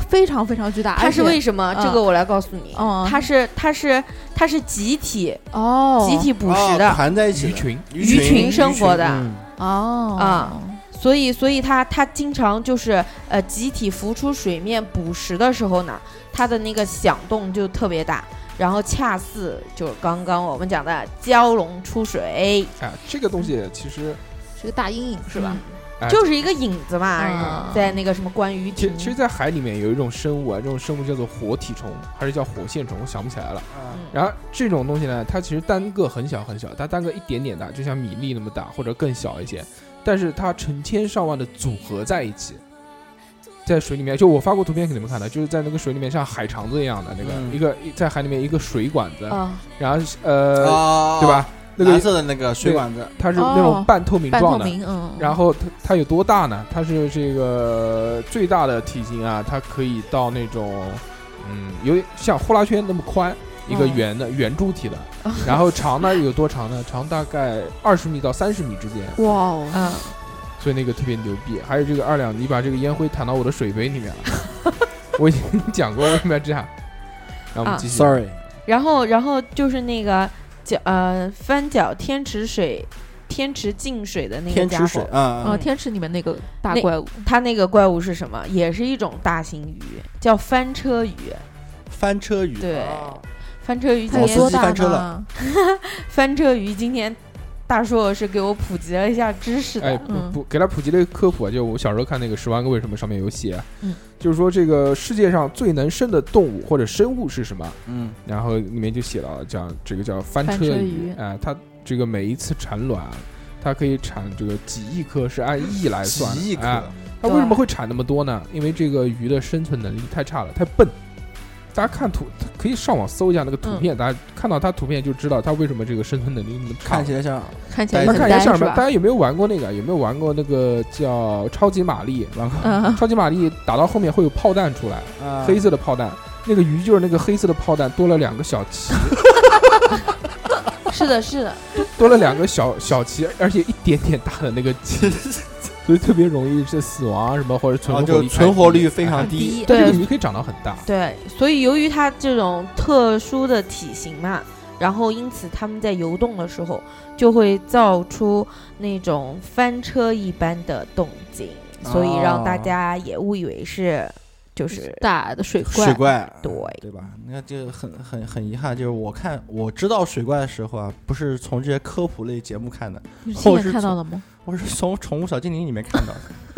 非常非常巨大，
它是
而且
为什么？
嗯
这个我来告诉你，
嗯
它哦是它是它是集体
哦
集体捕
哦
食的，
盘在一起
鱼
的
群，
鱼
鱼群
鱼
生活的
嗯
哦
啊所以，所以它它经常就是呃集体浮出水面捕食的时候呢，它的那个响动就特别大，然后恰似就是刚刚我们讲的蛟龙出水，
哎，这个东西其实
是个大阴影是吧？？
哎
就是一个影子嘛，
啊
在那个什么关于
其
群
实，其实，在海里面有一种生物啊，这种生物叫做活体虫，还是叫火线虫，我想不起来了。
啊，
然后这种东西呢，它其实单个很小很小，它单个一点点大，就像米粒那么大，或者更小一些。但是它成千上万的组合在一起，在水里面，就我发过图片给你们看的，就是在那个水里面像海肠子一样的那个、
嗯
一个一在海里面一个水管子，
啊，
然后是呃、
啊
对？吧？那
蓝
个
色的那个水管子，
它是那种
哦
半透明
半透
状的，
明，嗯，
然后它它有多大呢？它是这个最大的体型啊，它可以到那种，嗯，有点像呼啦圈那么宽，一个
哦
圆的、圆柱 体的。然后长呢有多长呢？长大概二十米到三十米之间，
哇哦，
嗯，
所以那个特别牛逼。还有这个二两，你把这个烟灰弹到我的水杯里面了。 我已经讲过为什么要这样。让我们
啊
继续。
Sorry，
然后然后就是那个脚呃翻脚天池水。天池净水的那个
天
家
池水
伙，
啊
哦，天池里面那个大
那
怪物，
它那个怪物是什么？也是一种大型鱼，叫翻车鱼。
翻车鱼，
对
啊
哦
翻车鱼
它
今
老
有
司
多
天
机
大
翻车
呢？
翻车鱼今天大硕是给我普及了一下知识的。
哎，不
嗯
不，给他普及了一个科普啊，就我小时候看那个《十万个为什么》上面有写，啊
嗯
就是说这个世界上最能生的动物或者生物是什么？
嗯，
然后里面就写到讲这个叫翻
翻
车
车
鱼
鱼
啊、它这个每一次产卵，它可以产这个几亿颗，是按亿来
几
算的。
亿
啊
颗，
它为什么会产那么多呢？因为这个鱼的生存能力太差了，太笨。大家看图可以上网搜一下那个图片，大家看到它图片就知道它为什么这个生存能力那么差
看。起来像
看
哎
起来
那
很
看起来
呆
像
是
什么？大
吧？
家有没有玩过那个？有没有玩过那个叫超级玛丽？玩过。
嗯，
超级玛丽打到后面会有炮弹出来，
啊
黑色的炮弹。那个鱼就是那个黑色的炮弹，多了两个小鳍，
是的，是的，
多了两个小小鳍，而且一点点大的那个 鳍，所以特别容易是死亡啊什么，或者存
啊
活
就
率太低、
存活率非常
哎。
低，
第一，
但这
对
个鱼可以长到很大，
对，所以由于它这种特殊的体型嘛，然后因此它们在游动的时候就会造出那种翻车一般的动静，所以让大
哦
家也误以为是就是
大的水怪，
水怪，
对
对吧？那这个很很很遗憾，就是我看我知道水怪的时候啊，不是从这些科普类节目看的，
你亲
后
眼
是
看到
从
了吗？
我是从《宠物小精灵》里面看到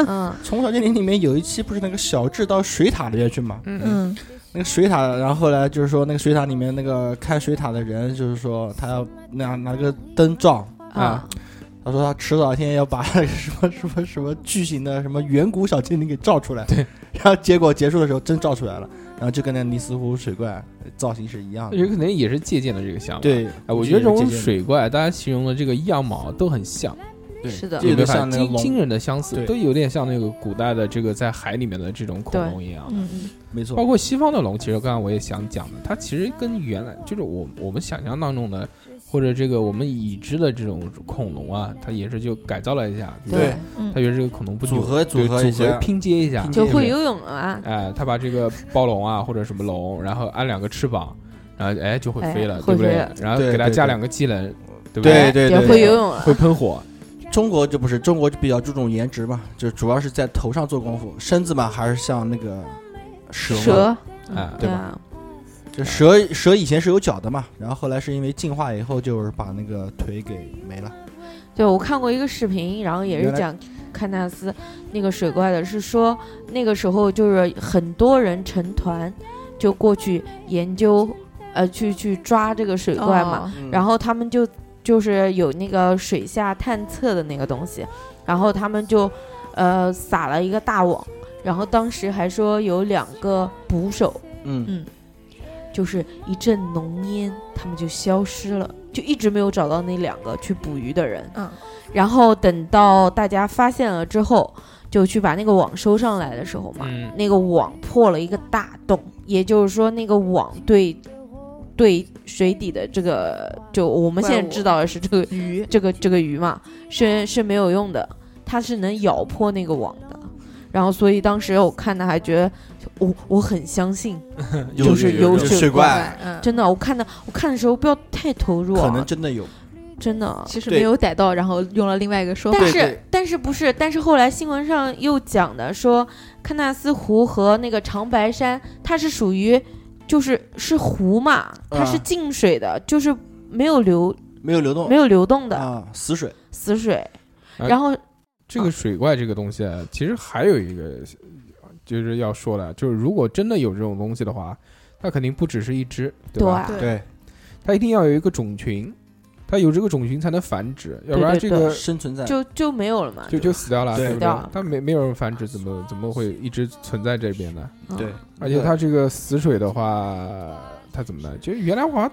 的。
嗯，
《宠物小精灵》里面有一期不是那个小智到水塔里面去嘛？
嗯，
嗯，
那个水塔，然后后来就是说那个水塔里面那个看水塔的人，就是说他要拿拿个灯罩，
啊
啊，
他说他迟早一天要把什么什么什么巨型的什么远古小精灵给照出来。
对，
然后结果结束的时候真照出来了，然后就跟那尼斯湖水怪造型是一样的。
有可能也是借鉴了这个想法。，
对，
哎，我觉得这
也是
种
借鉴的
水怪，大家形容的这个样貌都很像，
对
是的
这
有没
个
有
就
发现
像那个
惊惊
龙，
人的相似，
对
都有点像那个古代的这个在海里面的这种恐龙一样。
嗯嗯，
没错
包，括西方的龙，其实刚刚我也想讲的，它其实跟原来就是我我们想象当中的，或者这个我们已知的这种恐龙啊，它也是就改造了一下，比如
对
说
嗯
它觉得这个恐龙不
组
牛
合
对
组合一下，
拼接一下
拼，接
就会游泳了啊，
哎，它把这个暴龙啊或者什么龙，然后安两个翅膀，然后哎就会飞了，
哎
对不
会飞
对
了？
然后给
对
它
对对
加两个技能，对不
对对
也
对，
会游泳了，
会喷火，
中国就不是中国就比较注重颜值嘛，就主要是在头上做功夫，身子嘛还是像那个蛇嘛，
蛇
嗯
哎，
对
对吧
吧？
就蛇蛇以前是有脚的嘛，然后后来是因为进化以后就是把那个腿给没了，
对，我看过一个视频，然后也是
原来
讲堪纳斯那个水怪的，是说那个时候就是很多人成团就过去研究，呃，去去抓这个水怪嘛，
哦，
嗯
然后他们就就是有那个水下探测的那个东西，然后他们就呃撒了一个大网，然后当时还说有两个捕手，
嗯，
就是一阵浓烟，他们就消失了，就一直没有找到那两个去捕鱼的人。
嗯，
然后等到大家发现了之后，就去把那个网收上来的时候嘛，
嗯
那个网破了一个大洞，也就是说那个网对对水底的这个，就我们
怪
现
物
在知道的是这个
鱼，
这个这个鱼嘛，是是没有用的，它是能咬破那个网的。然后，所以当时我看的还觉得，我我很相信，
有
就是
有有
有
有
水
水怪，
嗯，
真的，我看的我看的时候不要太投入啊，
可能真的有，
真的。啊
其实
对
没有逮到，然后用了另外一个说法
但，
哦对
是
对
但是不是？但是后来新闻上又讲的说，喀纳斯湖和那个长白山，它是属于就是是湖嘛，它是
啊
进水的，就是没有流
没有流动
没有流动的
啊，死水，
死水。
哎
然后
这个水怪这个东西，啊，其实还有一个就是要说的，就是如果真的有这种东西的话，它肯定不只是一只，对吧？
啊，
对
对，
它一定要有一个种群，它有这个种群才能繁殖，要不然这
对
个
生存在
就就没有了嘛，
就就死掉了，对
对
不对
死掉了？
它没没有人繁殖，怎么怎么会一直存在这边呢？
嗯
对，
而且它这个死水的话，它怎么呢？就是原来我好像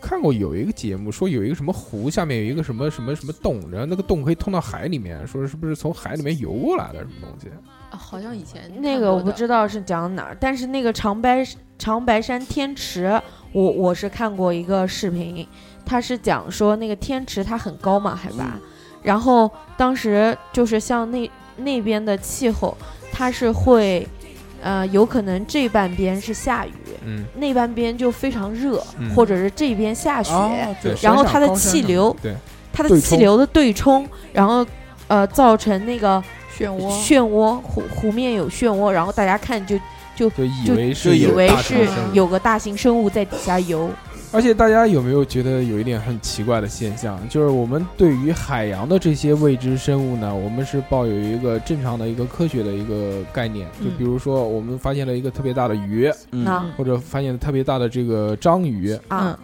看过有一个节目，说有一个什么湖下面有一个什么什么什么洞，然后那个洞可以通到海里面，说是不是从海里面游过来的什么东西？
啊好像以前
那
看
个
过
我不
的
知道是讲哪儿，但是那个长白长白山天池，我我是看过一个视频，它是讲说那个天池它很高嘛海
嗯
拔，然后当时就是像那那边的气候，它是会，呃，有可能这半边是下雨，
嗯，
那半边就非常热，
嗯
或者是这边下雪，
啊，
对。
然后
山上
它的
高山
气
上
流
对，
它的
对
气
冲
流的对冲，然后呃造成那个。
漩涡，
漩涡湖湖面有漩涡，然后大家看就
就以
就
为
就是
以
有
为
大
是
型生物
有个大型生物在底下游。
而且大家有没有觉得有一点很奇怪的现象，就是我们对于海洋的这些未知生物呢，我们是抱有一个正常的一个科学的一个概念，就
嗯
比如说我们发现了一个特别大的鱼，
嗯
那
嗯
或者发现了特别大的这个章鱼，
啊，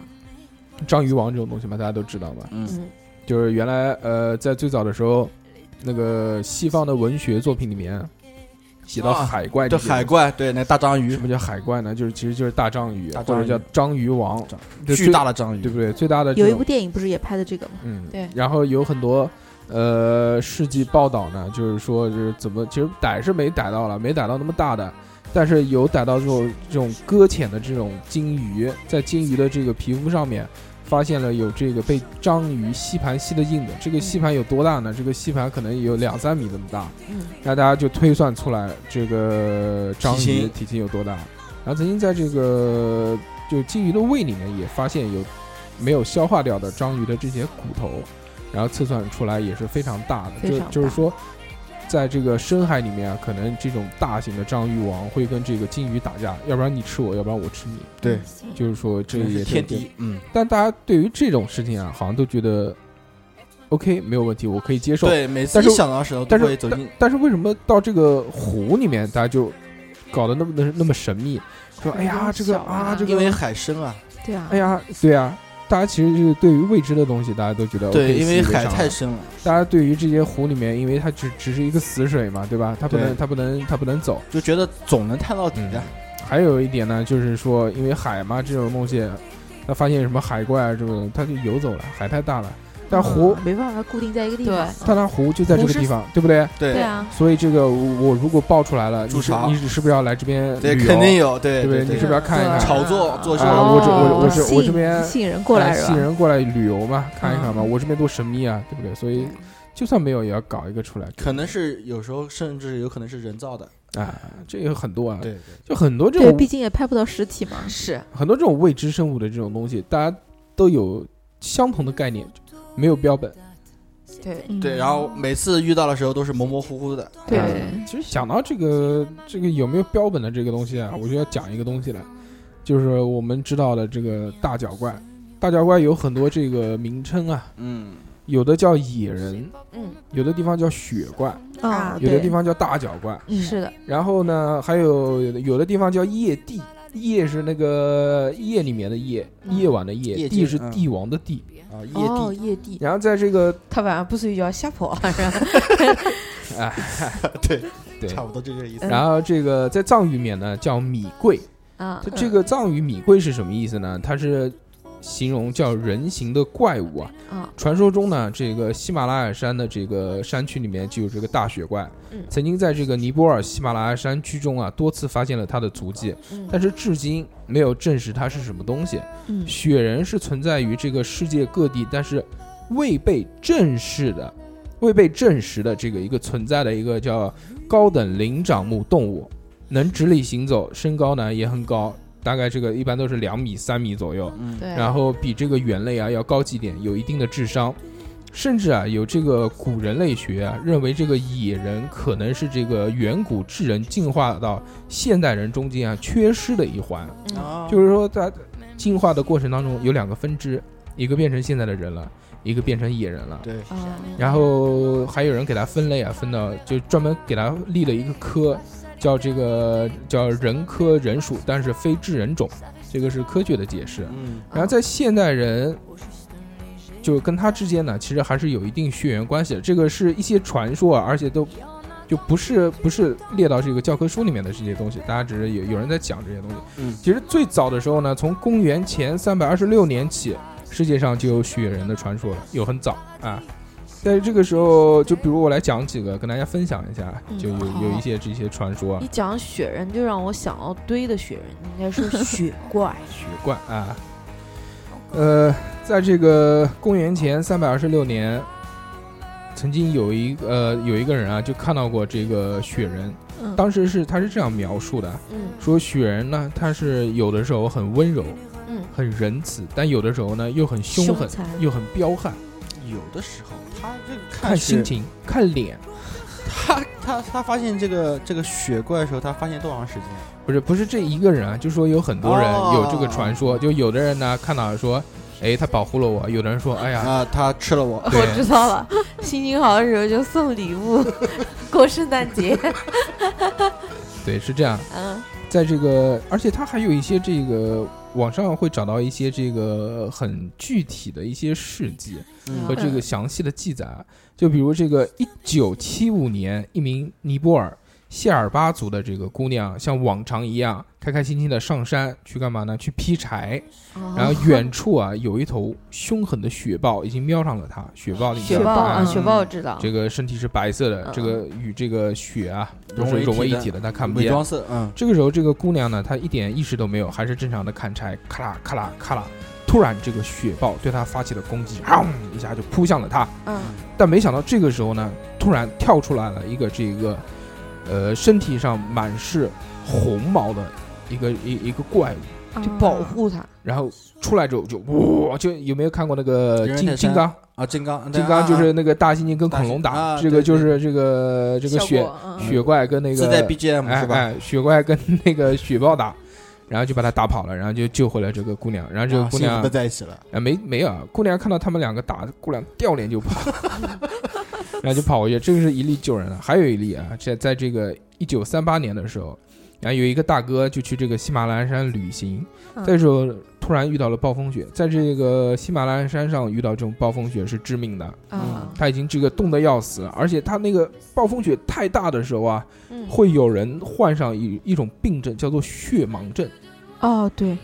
章鱼王这种东西嘛，大家都知道嘛。
嗯
嗯
就是原来呃，在最早的时候，那个西方的文学作品里面写到
啊
海怪这
对
些东西，
海怪，对那大章鱼
什，么叫海怪呢？就是其实就是大章鱼，
大
或
章
者
鱼
叫章鱼王，就
巨
最
大的章鱼，
对不对？最大的这
有一
种
部电影不是也拍的这个吗？
嗯，
对
然后有很多呃事迹报道呢，就是说就是怎么，其实逮是没逮到了，没逮到那么大的，但是有逮到这种这种搁浅的这种鲸鱼，在鲸鱼的这个皮肤上面。发现了有这个被章鱼吸盘吸的印子，这个吸盘有多大呢？这个吸盘可能有两三米那么大，
嗯，
那大家就推算出来这个章
体
鱼
型
体型有多大。然后曾经在这个就鲸鱼的胃里面也发现有没有消化掉的章鱼的这些骨头，然后测算出来也是非常大的，
非
就
常大
就是说。在这个深海里面啊，可能这种大型的章鱼王会跟这个鲸鱼打架，要不然你吃我，要不然我吃你。
嗯
对，
嗯
就是说这
这
也
是天。敌，嗯，
但大家对于这种事情啊，好像都觉得 OK 没有问题，我可以接受。
对，每次
但
一
是
想到石头都
但
会
是
走进
但，但是为什么到这个湖里面，大家就搞得那么那那么神秘？说哎呀，这个啊，这个
因为海参啊，
对啊，
哎呀，对啊，大家其实就是对于未知的东西，大家都觉得 OK，
对，因为
习以
海
上
太
了
深了，
大家对于这些湖里面，因为它只只是一个死水嘛，对吧？它不
对
能，它不能，它不能走。
就觉得总能探到底啊的，
还有一点呢，就是说，因为海嘛这种东西，它发现什么海怪啊这种，它就游走了，海太大了。但湖，
嗯没办法固定在一个地
对
方，
但它湖就在这
湖
个
是
地方，对不对？
对
对，
啊，
所以这个我我如果爆出来了，你
驻
是
场
你是不是要来这边
对，
旅游
肯定有，
对
对
不
对
对？你是不是要看一看？
炒作做秀
啊我这我我这
哦吸
我
引
这边
吸引人过来
哎
是
吸引
吧？
人过来旅游嘛，看一看嘛。
嗯
我这边多神秘啊，对不对？所以就算没有，也要搞一个出来。
可能是有时候甚至有可能是人造的，
啊，这有很多啊，
对，
就很多这
对，
种
毕竟也拍不到实体嘛。
是
很多这种未知生物的这种东西，大家都有相同的概念，没有标本。
对，
嗯
对，然后每次遇到的时候都是模模糊糊的，
对
啊，其实想到这个这个有没有标本的这个东西啊，我就要讲一个东西了，就是我们知道的这个大脚怪。大脚怪有很多这个名称啊，
嗯，
有的叫野人，
嗯
有的地方叫雪怪，
啊，
有的
对
地方叫大脚怪。
嗯，是的，
然后呢，还有有的有的地方叫夜帝，夜是那个夜里面的夜，夜晚的夜，
夜
帝
间
是帝王的帝。
啊，夜
哦，
帝，
夜帝，
然后在这个，
他晚上不睡觉瞎跑，
哎，
对，
对。嗯
差不多就这个意思，
然后这个在藏语里面呢叫米贵，
啊
它，这个藏语米贵是什么意思呢？它是形容叫人形的怪物啊。
啊，
传说中呢，这个喜马拉雅山的这个山区里面就有这个大雪怪
嗯，
曾经在这个尼泊尔喜马拉雅山区中啊多次发现了它的足迹，
嗯
但是至今没有证实它是什么东西。
嗯
雪人是存在于这个世界各地，但是未被正式的、未被证实的这个一个存在的一个叫高等灵长目动物，能直立行走，身高呢也很高，大概这个一般都是两米、三米左右，
嗯，
对，
然后比这个猿类啊要高级点，有一定的智商。甚至啊，有这个古人类学啊，认为这个野人可能是这个远古智人进化到现代人中间啊缺失的一环。
嗯
啊
就是说，在进化的过程当中，有两个分支，一个变成现在的人了，一个变成野人了。
对，
啊，
哦
然后还有人给他分类啊，分到就专门给他立了一个科，叫这个叫人科人属，但是非致人种，这个是科学的解释。
嗯，
然后在现代人，就跟他之间呢，其实还是有一定血缘关系的。这个是一些传说啊，而且都就不是不是列到这个教科书里面的这些东西，大家只是有有人在讲这些东西。
嗯
其实最早的时候呢，从公元前三百二十六年起，世界上就有雪人的传说了，有很早啊。在这个时候，就比如我来讲几个，跟大家分享一下，啊
嗯
就有
好
有一些这些传说啊
一讲雪人就让我想到堆的雪人，应 该是雪怪。
雪怪啊。呃，在这个公元前三百二十六年，曾经有一个呃有一个人啊，就看到过这个雪人。
嗯
当时是他是这样描述的，
嗯
说雪人呢，他是有的时候很温柔，
嗯，
很仁慈，但有的时候呢又很凶狠，
残
又很彪悍，
有的时候他这个看
看心
是，
情，看脸，
他他他发现这个这个雪怪的时候，他发现多长时间？
不是不是这一个人啊，就说有很多人
哦
有这个传说，就有的人呢看到说，哎，他保护了我；有的人说，哎呀，
啊，他吃了 我，
我知
对，
道了， 心情好的时候就送礼物， 过圣诞节。
对，是这样。
嗯
在这个，而且它还有一些这个网上会找到一些这个呃很具体的一些事迹
嗯
和这个详细的记载啊，就比如这个一九七五年，一名尼泊尔谢尔巴族的这个姑娘，像往常一样开开心心的上山去干嘛呢？去劈柴，
哦
然后远处啊 有一头凶狠的雪豹已经瞄上了她，雪豹你知
雪
道
豹
吧
啊，
嗯
雪豹我知道。
这个身体是白色的，
嗯
这个与这个雪啊都是融
融
为
为一体的
一体的，她看不
伪
见。
装色，嗯，
这个时候，这个姑娘呢，她一点意识都没有，还是正常的砍柴，咔啦咔啦咔啦。突然，这个雪豹对她发起了攻
嗯
击，啊、一下就扑向了她。
嗯
但没想到这个时候呢，突然跳出来了一个这个，呃，身体上满是红毛的一个一一个怪物。
就保护它。
然后出来之后就哇，就有没有看过那个
人人
金
泰山
金刚？
啊，金刚，
金刚就是那个大猩猩跟
大猩
恐龙
啊
打，
对
这个就
对
是这个这个
效
雪
果嗯
雪怪跟那个
自带 BGM
哎
是吧？
哎，雪怪跟那个雪豹打，然后就把他打跑了，然后就救回来这个姑娘，然后这个
啊
姑
幸福
娘
的在一起了，
啊没没有，啊，姑娘看到他们两个打，姑娘掉脸就跑， 然后就跑回去。这个是一例救人了，还有一例啊，在在这个一九三八年的时候，然后有一个大哥就去这个喜马拉雅山旅行，
嗯
这时候突然遇到了暴风雪，在这个喜马拉雅山上遇到这种暴风雪是致命的，
嗯
啊，
他已经这个冻得要死了，而且他那个暴风雪太大的时候啊。
嗯
会有人患上一一种病症，叫做血盲症，
哦，对，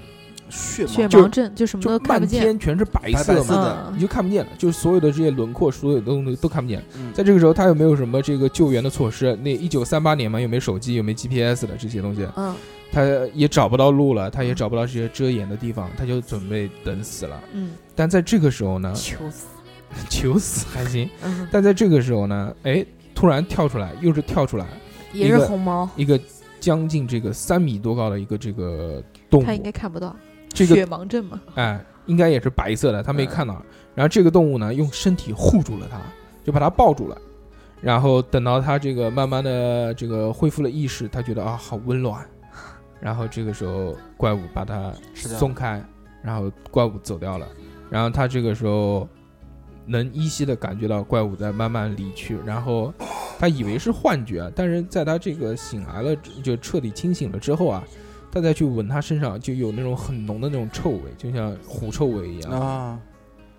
血
血
嘛，
就
盲症就什么
就
都看不
漫
见，
天全是白
白白
色
色
嘛，
的，
嗯
你就看不见了，就是所有的这些轮廓，所有的东西都看不见。
嗯
在这个时候，他又没有什么这个救援的措施，那一九三八年嘛，又没手机，又没 GPS 的这些东西，
嗯
他也找不到路了，他也找不到这些遮掩的地方，他就准备等死了。
嗯，
但在这个时候 呢，
求死。
求死还行，
嗯，
但在这个时候呢，哎，突然跳出来，又是跳出来
也
一
是
个
红毛。
一个将近这个三米多高的一个这个动物，
他应该看不到。
这个
血盲症嘛，
哎，应该也是白色的，他没看到。然后这个动物呢，用身体护住了它，就把它抱住了。然后等到它这个慢慢的这个恢复了意识，它觉得啊好温暖。然后这个时候怪物把它
是的
松开，然后怪物走掉了。然后它这个时候能依稀的感觉到怪物在慢慢离去，然后他以为是幻觉，但是在他这个醒来了，就彻底清醒了之后啊，他再去闻他身上就有那种很浓的那种臭味，就像狐臭味一样。
啊，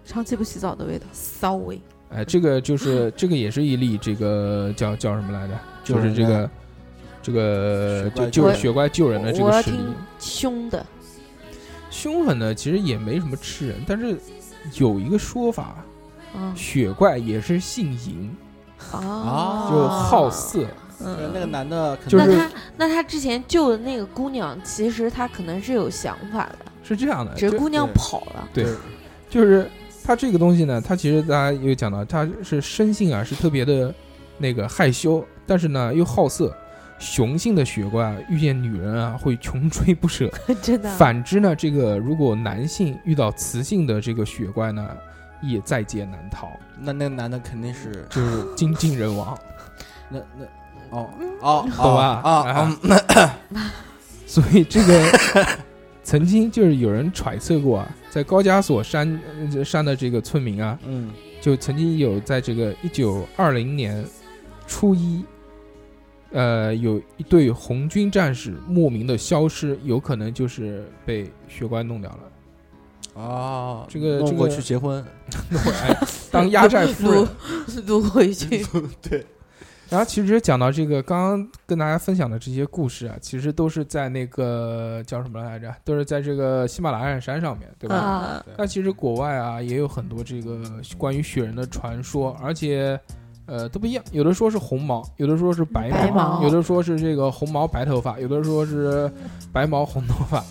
长期不洗澡的味道，
骚味，
哎，这个就是这个也是一例，这个叫叫什么来着？
救
就是
人的
这个这个
雪怪
就就是雪怪救
救
人的这
我
个
要
事例。
听凶的，
凶狠的其实也没什么吃人，但是有一个说法，
嗯
雪怪也是姓淫，
啊
就好色。
对那
嗯，
个男的可能
就是
那他那他之前救的那个姑娘，其实他可能是有想法的，
是这样的，
只
呃就是
姑娘
对
跑了。
对就是他这个东西呢，他其实大家有讲到，他是生性啊是特别的那个害羞，但是呢又好色。雄性的雪怪啊遇见女人啊，会穷追不舍。
真的啊，
反之呢，这个如果男性遇到雌性的这个雪怪呢，也在劫难逃，
那那个男的肯定是
就是精尽人亡，
那那哦哦，哦
懂吧？
啊啊，
所以这个曾经就是有人揣测过啊，在高加索山呃山的这个村民啊，
嗯，
就曾经有在这个一九二零年初一，呃，有一队红军战士莫名的消失，有可能就是被血棺弄掉了。
哦
这个
弄过
这个
去结婚，
哎当压寨夫人
撸，撸回 去，
对，
然后其实讲到这个，刚刚跟大家分享的这些故事啊，其实都是在那个叫什么来着？都是在这个喜马拉雅山上面，对吧？
啊
对
那其实国外啊也有很多这个关于雪人的传说，而且呃都不一样，有的说是红毛，有的说是白毛，
白毛
有的说是这个红毛白头发，有的说是白毛红头发。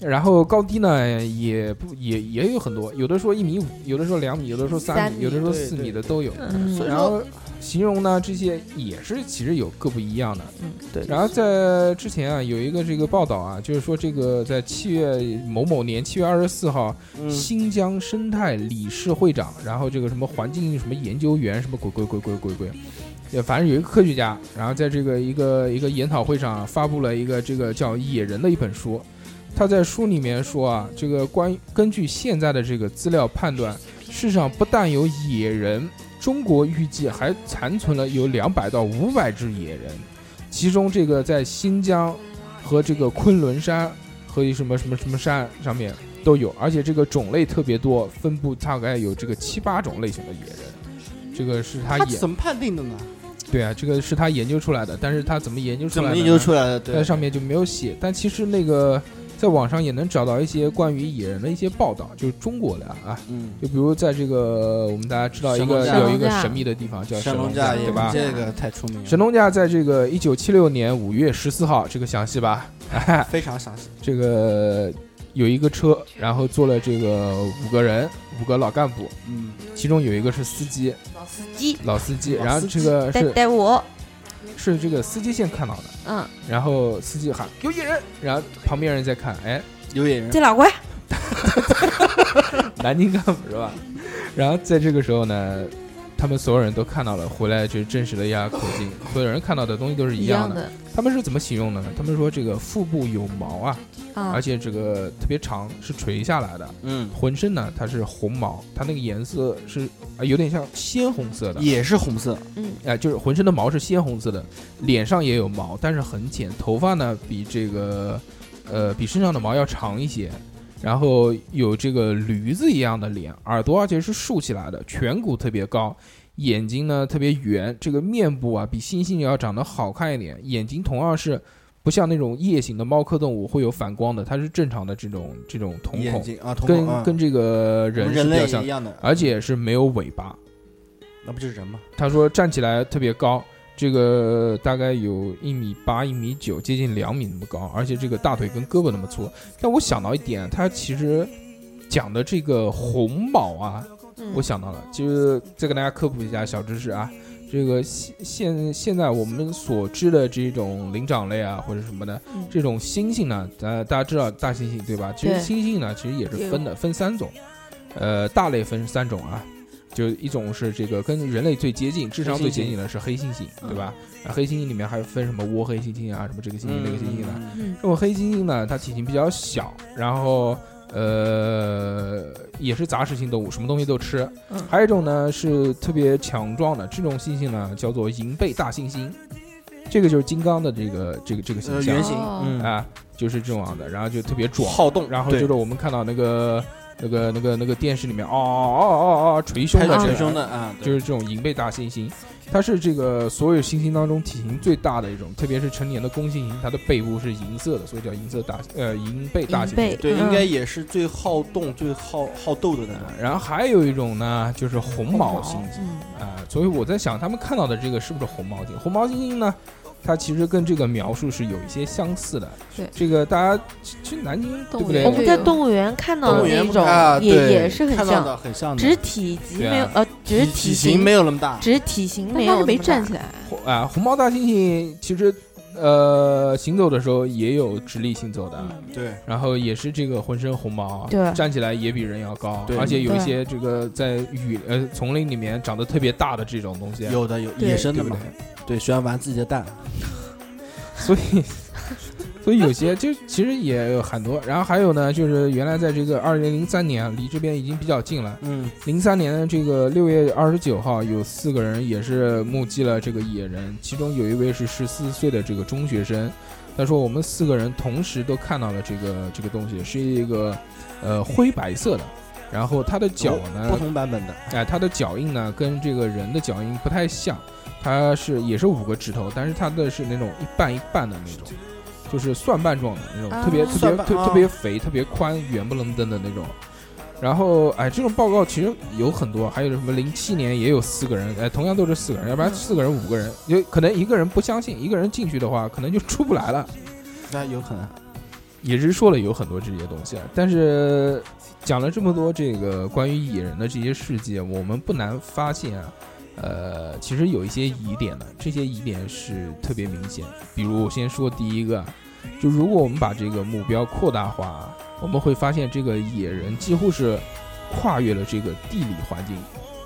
然后高低呢也不也也有很多，有的说一米五，有的说两米，有的说三
三
米，
米
有的说
对
四
对
米的都有。
嗯
所以
嗯然
说
后形容呢，这些也是其实有各不一样的。
嗯，
对
然后在之前啊，有一个这个报道啊，就是说这个在七月某某年七月二十四号，
嗯
新疆生态理事会长，然后这个什么环境什么研究员什么鬼鬼鬼鬼鬼鬼，也反正有一个科学家，然后在这个一个一个研讨会上发布了一个这个叫《野人》的一本书。他在书里面说啊，这个关于根据现在的这个资料判断，世上不但有野人，中国预计还残存了有两百到五百只野人，其中这个在新疆和这个昆仑山和一什么什么什么山上面都有，而且这个种类特别多，分布大概有这个七八种类型的野人。这个是他
他
研
怎么判定的呢？
对啊，这个是他研究出来的，但是他怎么研究出
怎
来的
么
呢？
研究出来的？
在
对，
上面就没有写。但其实那个在网上也能找到一些关于野人的一些报道，就是中国的啊，
嗯，
就比如在这个我们大家知道一个
神农架
有一个神秘的地方叫
神
农
农
架，
架
对
也
吧？
这个太出名了，
神农架在这个一九七六年五月十四号，这个详细吧？
非常详细，
这个有一个车，然后坐了这个五个人，五个老干部，
嗯，
其中有一个是司机，
老司机
老司机，
老
然后
司
这
机
个
带
是
带我，
是这个司机先看到的，
嗯，
然后司机喊有野人，然后旁边人在看，哎，
有野人
这老怪，
南京干部是吧？ 然后在这个时候呢，他们所有人都看到了，回来就证实了一下口径，所有人看到的东西都是一样的。
的
他们是怎么形容的呢？他们说这个腹部有毛啊，
啊
而，且这个特别长，是垂下来的，
嗯，
浑身呢它是红毛，它那个颜色是啊、有点像鲜红色的。
也是红色，
嗯，
哎、就是浑身的毛是鲜红色的，脸上也有毛，但是很浅。头发呢，比这个，呃，比身上的毛要长一些。然后有这个驴子一样的脸，耳朵而且是竖起来的，颧骨特别高，眼睛呢特别圆。这个面部啊，比猩猩要长得好看一点。眼睛同样是不像那种夜行的猫科动物会有反光的，它是正常的这种这种瞳
眼
孔，
睛啊，瞳孔
跟
啊
跟这个
我
人
们
是
人
比较
类
像
一，样的，
而且是没有尾巴。
那不就是人吗？
他说站起来特别高，这个大概有一米八、一米九，接近两米那么高，而且这个大腿跟胳膊那么粗。但我想到一点，他其实讲的这个红毛啊，
嗯
我想到了，就是再跟大家科普一下小知识啊。这个现现现在我们所知的这种灵长类啊，或者什么的
嗯，
这种猩猩呢，呃，大家知道大猩猩对吧？其实
对
猩猩呢，其实也是分的，分三种，呃，大类分三种啊，就一种是这个跟人类最接近、智商最接近的是黑猩猩，对吧？
嗯
啊，黑猩猩里面还分什么窝黑猩猩啊，什么这个猩猩那个猩猩的，
嗯
嗯
这种黑猩猩呢，它体型比较小，然后呃也是杂食性动物，什么东西都吃。
嗯
还有一种呢是特别强壮的，这种猩猩呢叫做银背大猩猩，这个就是金刚的这个这个这个形
呃，
象
原型，
哦
嗯，
啊，就是这种样的，然后就特别壮，
好动，
然后
对
就是我们看到那个那个那个那个电视里面哦哦哦哦哦捶胸
拍
的
着
这
捶
个
胸的啊，对
就是这种银背大猩猩，它是这个所有猩猩当中体型最大的一种，特别是成年的公猩猩，它的背部是银色的，所以叫银色大呃银背大猩
银
猩
背。
对，
嗯
应该也是最好动、最好好斗的那种。
然后还有一种呢，就是红毛猩猩
嗯
啊、所以我在想，他们看到的这个是不是红毛猩？红毛猩猩呢，它其实跟这个描述是有一些相似的。
对
这个大家去去南京对
动物
不
园
我
对？
们在动物园看到
动
的
物园
嗯那种
啊，
也
对
也是很
看到
像，
的，很像的，
只是体积
对啊
没有，呃，只
体
是
体
型
型没有那么大，
只是体型
但
没
他
有
是
那
没
么
站
大
起来，
红啊，红毛大猩猩其实呃行走的时候也有直立行走的。啊
对，
然后也是这个浑身红毛，啊
对
站起来也比人要高，
对
而且有一些这个在雨呃丛林里面长得特别大的这种东西，啊
有的有
对
野生
对
的
不
嘛
对？，
对，喜欢玩自己的蛋，
所以所 所以有些就其实也有很多。然后还有呢，就是原来在这个二零零三年啊，离这边已经比较近了。
嗯，
零三年的这个六月二十九号，有四个人也是目击了这个野人，其中有一位是十四岁的这个中学生。他说，我们四个人同时都看到了这个这个东西，是一个呃灰白色的，然后它的脚呢
不同版本的，
哎，它的脚印呢跟这个人的脚印不太像，它是也是五个指头，但是它的是那种一半一半的那种，就是蒜瓣状的那种，
啊
特别特别
蒜瓣
特
啊
特别肥、特别宽、圆不楞登的那种。然后，哎，这种报告其实有很多，还有什么零七年也有四个人，哎，同样都是四个人，要不
嗯
然四个人、五个人，有可能一个人不相信，一个人进去的话，可能就出不来了。
那有可能。
也是说了有很多这些东西，啊，但是讲了这么多这个关于野人的这些事迹，我们不难发现啊，呃，其实有一些疑点的，这些疑点是特别明显。比如我先说第一个啊，就如果我们把这个目标扩大化啊，我们会发现这个野人几乎是跨越了这个地理环境，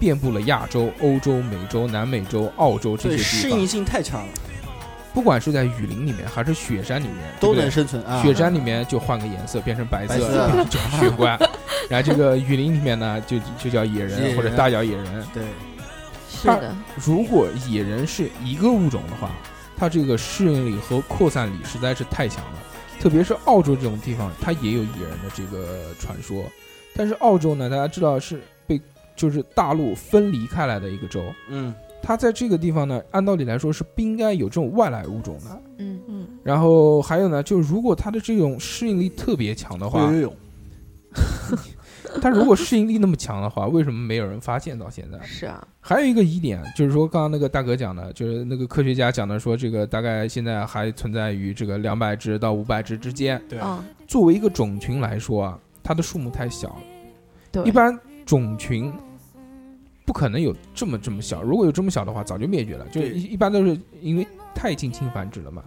遍布了亚洲、欧洲、美洲、南美洲、澳洲这
对，
些
适
地方
应，性太强了，
不管是在雨林里面还是雪山里面，
都
对不对
能生存啊。
雪山里面就换个颜色变成白色，
白色
就叫雪 怪。然后这个雨林里面呢，就就叫野
野
人
人
或者大脚野人。
对，
是的，
如果野人是一个物种的话，它这个适应力和扩散力实在是太强了。特别是澳洲这种地方，它也有野人的这个传说。但是澳洲呢，大家知道是被就是大陆分离开来的一个州，
嗯，
它在这个地方呢，按道理来说是不应该有这种外来物种的。
嗯，
嗯，
然后还有呢，就如果它的这种适应力特别强的
会
话
游，泳，
它如果适应力那么强的话，为什么没有人发现到现在？
是啊，
还有一个疑点，就是说刚刚那个大哥讲的，就是那个科学家讲的，说这个大概现在还存在于这个两百只到五百只之间。
对
嗯，
作为一个种群来说啊，它的数目太小了，
对，
一般种群不可能有这么这么小。如果有这么小的话，早就灭绝了。就
对
一一般都是因为太近亲繁殖了嘛，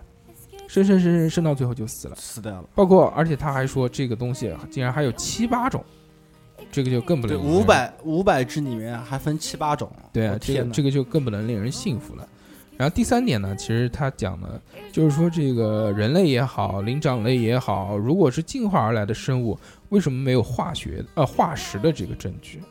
生生生生生到最后就死了。
死掉了。
包括，而且他还说这个东西啊竟然还有七八种，这个就更不
对，
能
五百五百只里面还分七八种，
对
我
啊，这个
天哪
这个就更不能令人信服了。然后第三点呢，其实他讲的就是说，这个人类也好，灵长类也好，如果是进化而来的生物，为什么没有化学呃化石的这个证据？
嗯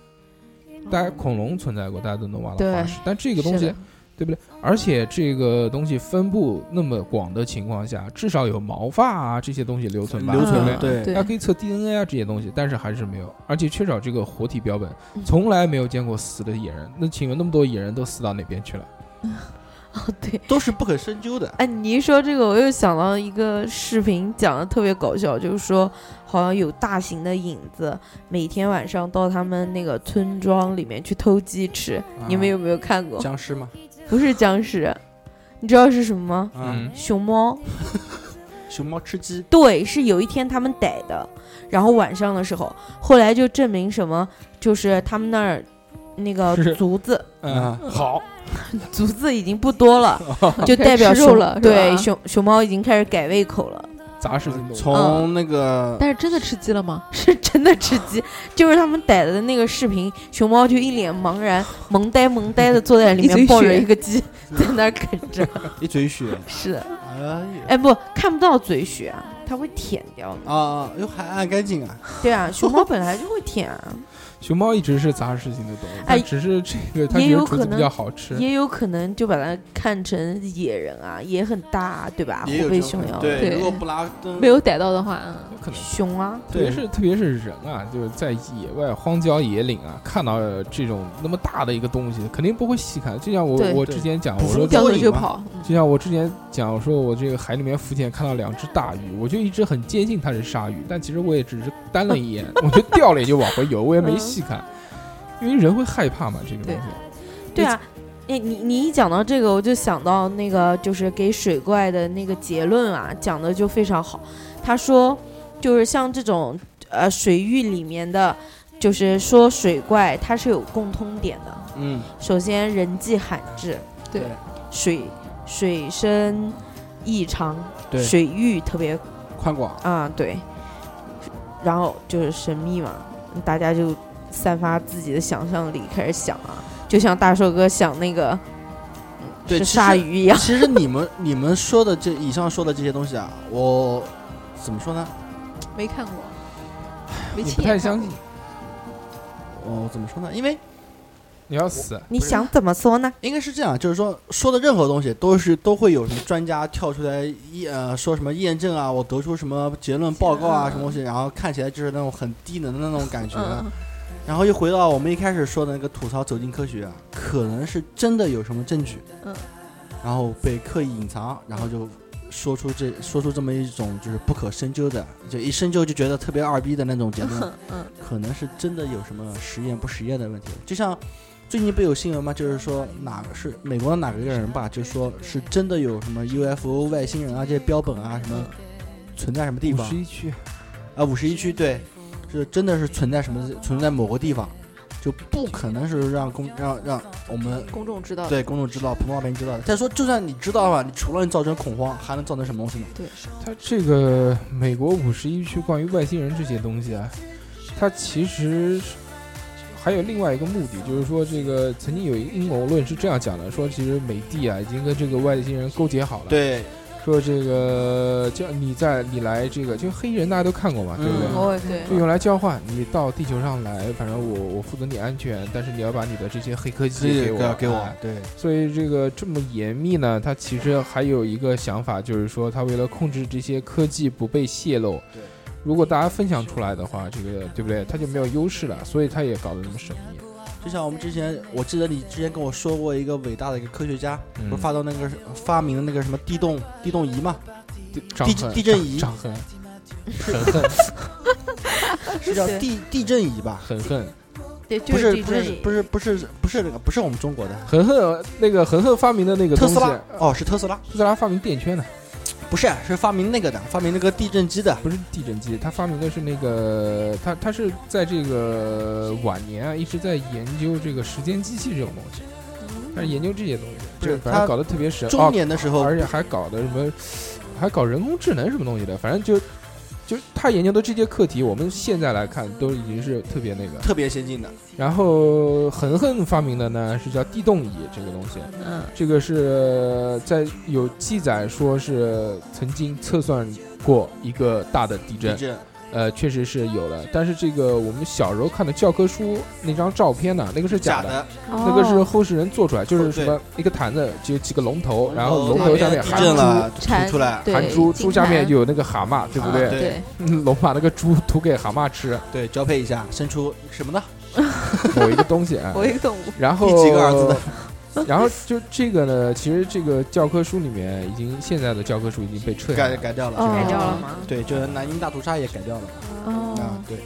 大家恐龙存在过，大家都能挖到
对
化石，但这个东
嗯是
西
的，
对不对？而且这个东西分布那么广的情况下，至少有毛发啊这些东西留存吧，
留存
对不
了
对，
对
对
它可以测 DNA 啊这些东西，但是还是没有，而且缺少这个活体标本，
嗯
从来没有见过死的野人。那请问那么多野人都死到哪边去了？
哦对，
都是不可深究的。
哎，你一说这个，我又想到一个视频，讲的特别搞笑，就是说好像有大型的影子每天晚上到他们那个村庄里面去偷鸡吃，你们有没有看过？
僵尸吗？
不是僵尸，你知道是什么吗？
嗯，，
熊猫。
熊猫吃鸡，
对，是有一天他们逮的，然后晚上的时候，后来就证明什么，就是他们那儿那个
是
竹子，
嗯，好，
竹子已经不多了，就
开
代
始
表
吃肉
熊
了是
对，
吧
熊熊猫已经开始改胃口了，
杂食
嗯
性动物。
从那个
但是真的吃鸡了吗？
是 真的吃鸡。就是他们逮的那个视频，熊猫就一脸茫然，萌呆萌呆的坐在 里
一嘴
面抱着
血
一个鸡 在那儿啃着。
一嘴血，
是的，
哎呀
哎，不看不到嘴血啊，它会舔掉 的。
啊，又还按干净啊，
对啊，熊猫本来就会舔啊。
熊猫一直是杂食性的动物，它
哎
只是这个它
也
觉得竹
有可
子比
能
较好吃。
也有可能就把它看成野人啊，也很大、对吧？
也有
虎
这
背
种
熊
可能
腰，
对，
对
如果不拉灯
没有逮到的话，嗯
有可能，
熊啊，
特别
对
是特别是人啊，就是在野外荒郊野岭啊，看到这种那么大的一个东西，肯定不会细看。就像我
对
我
对
之前讲，
捕
我说
风
掉
捉
头
影
就
嘛
跑，嗯
就像我之前讲，我说我这个海里面浮潜看到两只大鱼，我就一直很坚信它是鲨鱼，但其实我也只是单了一 眼，我就掉了也就往回游，我也没细看，因为人会害怕嘛，这个东西。
对啊。哎，你你一讲到这个，我就想到那个就是给水怪的那个结论啊，讲的就非常好。他说，就是像这种呃水域里面的，就是说水怪它是有共通点的。
嗯，
首先人迹罕至，
对，
水水深异常，
对
水域特别
宽广，
啊，对，然后就是神秘嘛，大家就散发自己的想象力，开始想啊，就像大寿哥想那个嗯
对，
是
其实
鲨鱼一样。
其实你们你们说的这以上说的这些东西啊，我怎么说呢？
没 看过，没
你
亲
不
眼
太
看
相
过
信，
我哦怎么说呢？因为
你要死，
你想怎么说呢？
应该是这样，就是说说的任何东西都是都会有什么专家跳出来验呃说什么验证啊，我得出什么结论报告啊
嗯
什么东西，然后看起来就是那种很低能的那种感觉，啊
嗯，
然后又回到我们一开始说的那个吐槽走进科学啊，可能是真的有什么证据，
嗯，
然后被刻意隐藏，然后就说出这说出这么一种就是不可深究的，就一深究就觉得特别二逼的那种结论，
嗯嗯
可能是真的有什么实验不实验的问题。就像最近不有新闻吗？就是说哪个是美国的哪个人
嗯
吧，就说是真的有什么 UFO 外星人啊这些标本啊什么
嗯
存在什么地
五
方
十一区，
啊五十一区对，是真的是存在什么存在某个地方，就不可能是让公让让我们
嗯， 公众
哦
知道的，
对公众知道、普通老百姓知道的。再说，就算你知道了，你除了造成恐慌，还能造成什么东西呢？
对，
它这个美国五十一区关于外星人这些东西啊，它其实是还有另外一个目的，就是说这个曾经有一个阴谋论是这样讲的，说其实美帝啊已经跟这个外星人勾结好了，，
对，
说这个叫你在你来这个就黑衣人大家都看过嘛，对不对？
嗯
我
哦
也对
就用来交换，你到地球上来，反正我我负责你安全，但是你要把你的这些黑科技给我
给我
哎，
对，
所以这个这么严密呢，它其实还有一个想法，就是说它为了控制这些科技不被泄露
对，
如果大家分享出来的话，这个对不对？它就没有优势了，所以它也搞得那么神秘。
就像我们之前，我记得你之前跟我说过一个伟大的一个科学家，
嗯
不是发到那个是发明的那个什么地动地动 仪嘛？
地长
地
恨
地震仪
长恨，很恨，
是叫
对
地地震仪吧？
很恨，
对，
不
就是地
不
震
是不是不是不是那个不是我们中国的
很恨。那个很恨发明的那个
特
东
斯
西，
拉哦，是特斯拉，
特斯拉发明电圈的，
不是是发明那个的，发明那个地震机的。
不是地震机，他发明的是那个，他他是在这个晚年啊，一直在研究这个时间机器这种东西，他是研究这些东西，
不
就是是反
他
正搞得特别神，
中年的时候
哦，而且还搞的什么，还搞人工智能什么东西的，反正就就他研究的这些课题，我们现在来看都已经是特别那个。
特别先进的，
然后恒恒发明的呢是叫地动仪这个东西，
嗯
这个是呃在有记载说是曾经测算过一个大的地
地
震，
震
呃，确实是有的。但是这个我们小时候看的教科书那张照片呢，那个是假
假
的，
的，
那个
哦
是后世人做出来，就
哦
是什
对
么一个坛子，就几个龙头，然后龙
那
头
边
下面
地
含
震
珠。
了，
蝉
吐出来，
对
含珠，
金
珠下面
蝉
有那个蛤蟆，对不
啊
对？
对
对，
嗯 龙把那个猪吐给蛤蟆吃，
对，交配一下，生出什么呢？
某一个东西啊。
我一个动物，
然后
第几个儿子的
然后就这个呢，其实这个教科书里面已经现在的教科书已经被撤下来
改
了。
改掉了，
哦
是吧
改掉了吗？
对，就是南京大屠杀也改掉了啊
哦，，
对，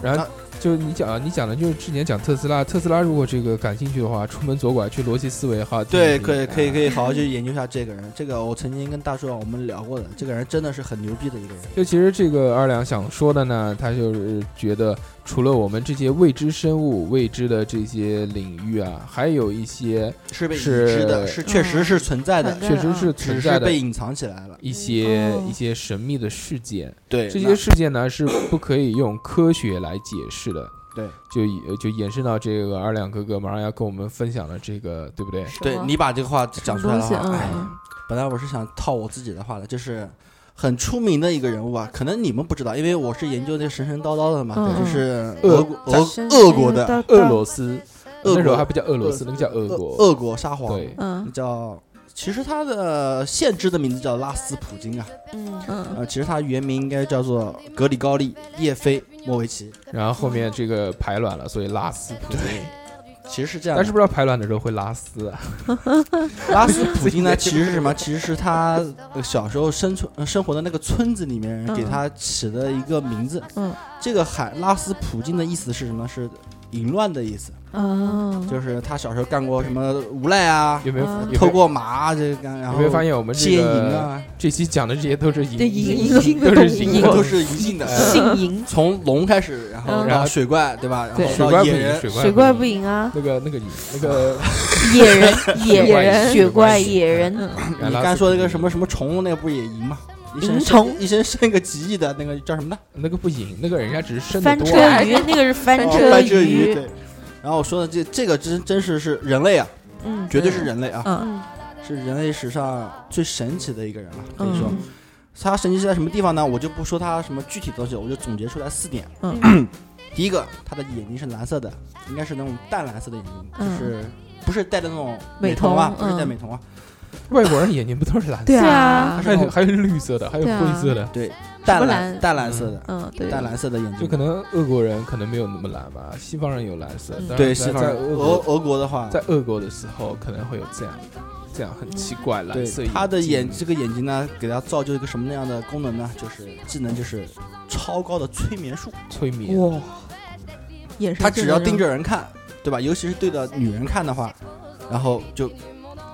然后就你讲，你讲的就是之前讲特斯拉，特斯拉如果这个感兴趣的话，出门左拐去罗辑思维哈。
对，可以可以可
以。
以好好去研究一下这个人。这个我曾经跟大叔啊我们聊过的，这个人真的是很牛逼的一个人。
就其实这个二两想说的呢，他就是觉得除了我们这些未知生物、未知的这些领域啊，还有一些
是被已
是
知的，是确实是存在的
嗯，
确实是
只
存在
是
的
被隐藏起来了。
一些
哦
一些神秘的事件。
对
这些事件呢是不可以用科学来解释的。
对，
就以就延伸到这个二两哥哥马上要跟我们分享的这个，对不对？
对你把这个话讲出来的
什么
话，
东西
哎
嗯
嗯，
本来我是想套我自己的话的，就是。很出名的一个人物啊，可能你们不知道，因为我是研究那神神叨叨的嘛，
嗯
就
嗯
是
俄
俄俄俄国的
啊
俄罗斯，
俄
那时候
国
还不叫俄罗斯，那个叫俄国。
俄国沙皇，
对，
嗯
叫其实他的现制的名字叫拉斯普京啊，
嗯，
嗯
呃，其实他原名应该叫做格里高利·叶菲莫维奇，
然后后面这个排卵了，所以拉斯普京。
其实是这样
但
的。
是不知道排卵的时候会拉丝啊。
拉斯普京呢，其实是什么？ 其实是他呃小时候生存呃生活的那个村子里面
嗯
给他起的一个名字。
嗯，
这个喊拉斯普京的意思是什么？是淫乱的意思，
哦，
就是他小时候干过什么无赖啊，
有没有
啊？
有没
偷
有
过马啊这个干，然
有
后
没有发现我们
奸
这
淫
个
啊，
这期讲的这些都是淫
对
淫
淫
淫
淫
都是
的东西
淫
淫
乱
都是淫性的。
呃
嗯性淫，
从龙开始，然后
嗯
然后水怪对吧？然
对
水
后
怪
到
不嗯
野
淫，
人，呃
水怪
水怪不
不淫。
淫啊，
那个那个淫那个，
野人野人
雪
雪
怪
怪野人，
原
你
来
刚
是
说那
不
个
淫
什么什么虫，那个不是也淫吗？一身
淫
生
虫
一身生个几亿的那个叫什么呢？
那个不淫，那个人家只是生的
翻
多
嗯
车
啊。
鱼那个是翻
哦
车
翻车鱼对。然后我说的这这个真真是是人类啊，
嗯，
绝对是人类啊！
嗯，
嗯，
是人类史上最神奇的一个人了，可以说。
嗯
他神奇是在什么地方呢？我就不说他什么具体的东西，我就总结出来四点。
嗯
第一个，他的眼睛是蓝色的，应该是那种淡蓝色的眼睛，
嗯
就是不是戴的那种
美
美瞳啊，
瞳
不是戴
嗯
美瞳啊，
外国人眼睛不都是蓝色？
对
是
啊
啊，
还有还有绿色的，还有
对啊
灰色的，
对，淡蓝
蓝
淡蓝色的，
嗯，对，
淡蓝色的眼睛，
就可能俄国人可能没有那么蓝吧，西方人有蓝色，
嗯
但
对
是
西
在
方
在
人
俄
俄
国
俄国的话，
在俄国的时候可能会有这样这样很奇怪蓝色
对
眼
他的
睛
眼这个眼睛呢，给他造就一个什么样的功能呢？就是技能就是超高的催眠术，
催眠，
哇，
眼神
他只要
真的
盯着人看，对吧？尤其是对着女人看的话，然后就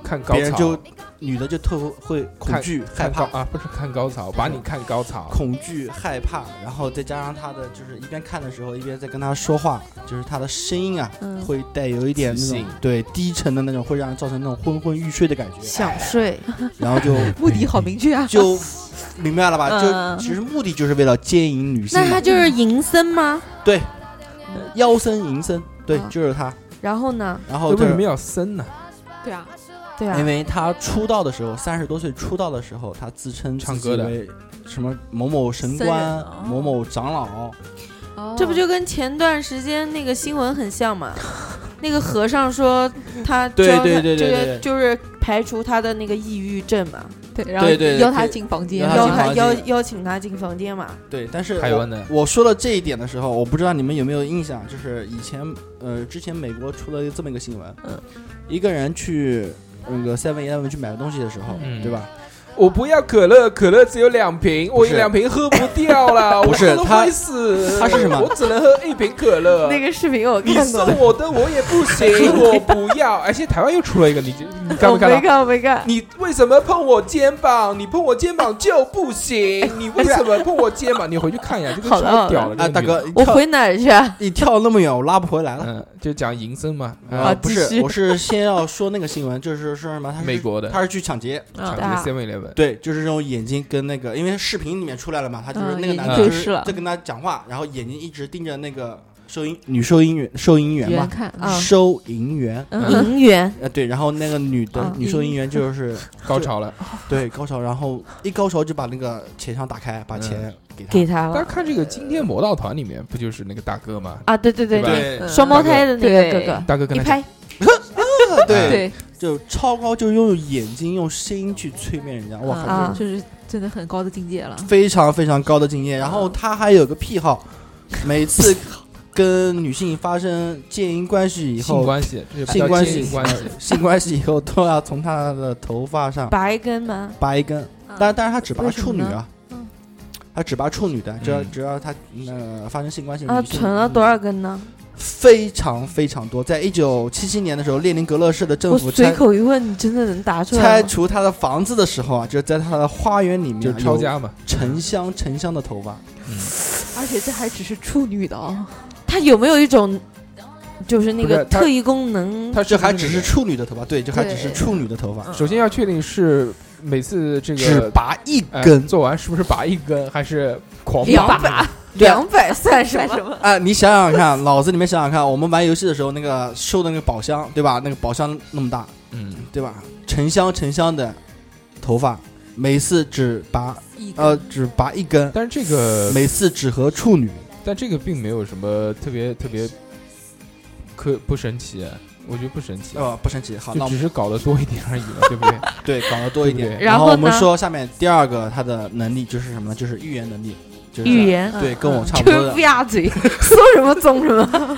看高
别人
潮
就，女的就特会恐惧、害
看高
怕、
啊，不是看高潮，把你看高潮，
恐惧、害怕，然后再加上他的就是一边看的时候一边在跟他说话，就是他的声音啊，
嗯
会带有一点那
磁
种
性
对低沉的那种，会让人造成那种昏昏欲睡的感觉，
想睡，
然后就
目的好明确 啊，
就明白了吧？就
嗯
其实目的就是为了奸淫女性
那
嘛
他，就是淫僧吗？
对，妖僧淫僧，对，
啊
就是他。
然后呢？
然后
为
就
什么
是
要生呢？
对啊，
对啊
因，为他出道的时候，三十多岁出道的时候，他自称自
唱
己
歌的
为什么某某神
僧人
官、
哦
某某长老，
这不就跟前段时间那个新闻很像嘛？那个和尚说他
对
教他
对对对
这个
对
就是排除他的那个抑郁症嘛，
对，然后
对对对
邀他
对
进房间，
邀他进
邀他
房
邀
间
邀请他进房间嘛。
对，但是
还
我
有呢
我说了这一点的时候，我不知道你们有没有印象，就是以前呃，之前美国出了这么一个新闻，
嗯
一个人去呃那个 Seven Eleven 去买个东西的时候，
嗯
对吧？
我不要可乐，可乐只有两瓶，我有两瓶喝不掉 了，
不是
我喝了会死。
他他是什么
我只能喝一瓶可乐。
那个视频我
你
看过了，
送我的我也不 行，我不要。而且台湾又出了一个，你这你看
我
没看
没
到？
看，我没看。
你为什么碰我肩膀？你碰我肩膀就不行。你为什么碰我肩膀？你回去看一下，这个
好了
超屌了。这个
啊，大
女的，
哥，啊你
我
跳
回哪儿去啊？
你跳那么远，我拉不回来了。
嗯，就讲银生嘛，
啊，
啊，
不
继
是，
续
我是先要说那个新闻，就是说什么？他是
美国的
他是去抢劫，
抢
对啊
劫 Seven Eleven，
对，就是这种眼睛跟那个，因为视频里面出来了嘛，他就是
嗯
那个男的
眼睛
就
对
是
视了
在跟他讲话，然后眼睛一直盯着那个收银女收银员收银员
远
嘛，
看啊，
啊
收银员，
嗯
银元，
呃对，然后那个女的
啊
女收银员就是
高潮了。
对高潮，然后一高潮就把那个钱箱打开，
嗯
把钱给他
给。他
大家
了
看这个《惊天魔盗团》里面不就是那个大哥嘛？
啊！对对对
对
对，
吧
嗯
双胞胎的那个
对
哥哥，
大哥跟
一
他讲
拍
啊对，
对
就超高，就用眼睛用声音去催眠人家，哇，
啊
靠，
这是真的很高的境界了。
非常非常高的经验。然
嗯
后他还有个癖好，每次跟女性发生奸淫关系以
性
后，
关系，这
性关系
性关系。
性关系以后都要从他的头发上
拔一根吗？
拔一根，但但是他只拔
嗯为什么
处女
呢
啊
嗯，
他只拔处女的，只要
嗯
只要他呃发生性关系，
啊，
女性
存了多少根呢？
非常非常多。在一九七七年的时候，列宁格勒市的政
我
府
随
拆
口一问，你真的能答出来
拆
吗？
除他的房子的时候啊，就在他的花园里面啊
就
有
抄家嘛，
成箱成箱的头发，
而且这还只是处女的哦，
他有没有一种，就是那
不
个
是他
特异功能？
这还只
嗯
是嗯处女的头发，对，这还只是
对
处女的头发，
首先要确定是每次这
只
个
拔一
呃
根
做完是不是拔一根，还是狂
两
拔？
把，
对啊
两百算什么？
啊！你想想看，脑子里面想想看，我们玩游戏的时候那个收的那个宝箱，对吧？那个宝箱那么大，
嗯，
对吧？成箱成箱的头发，每次只拔
一根
呃只拔一根，
但是这个，
每次只和处女。
但这个并没有什么特别特别可不神奇，我觉得不神奇，
呃，不神奇。好，那
就
我
只
们
是搞得多一点而已嘛，对不 对？
对搞得多一点
对。不对
然
后
后
我们
呢
说下面第二个他的能力就是什么呢？就是预言能力，就是
语言嗯
对，跟我差不
就
多
是
的
乌，鸦嘴，说什么棕什么，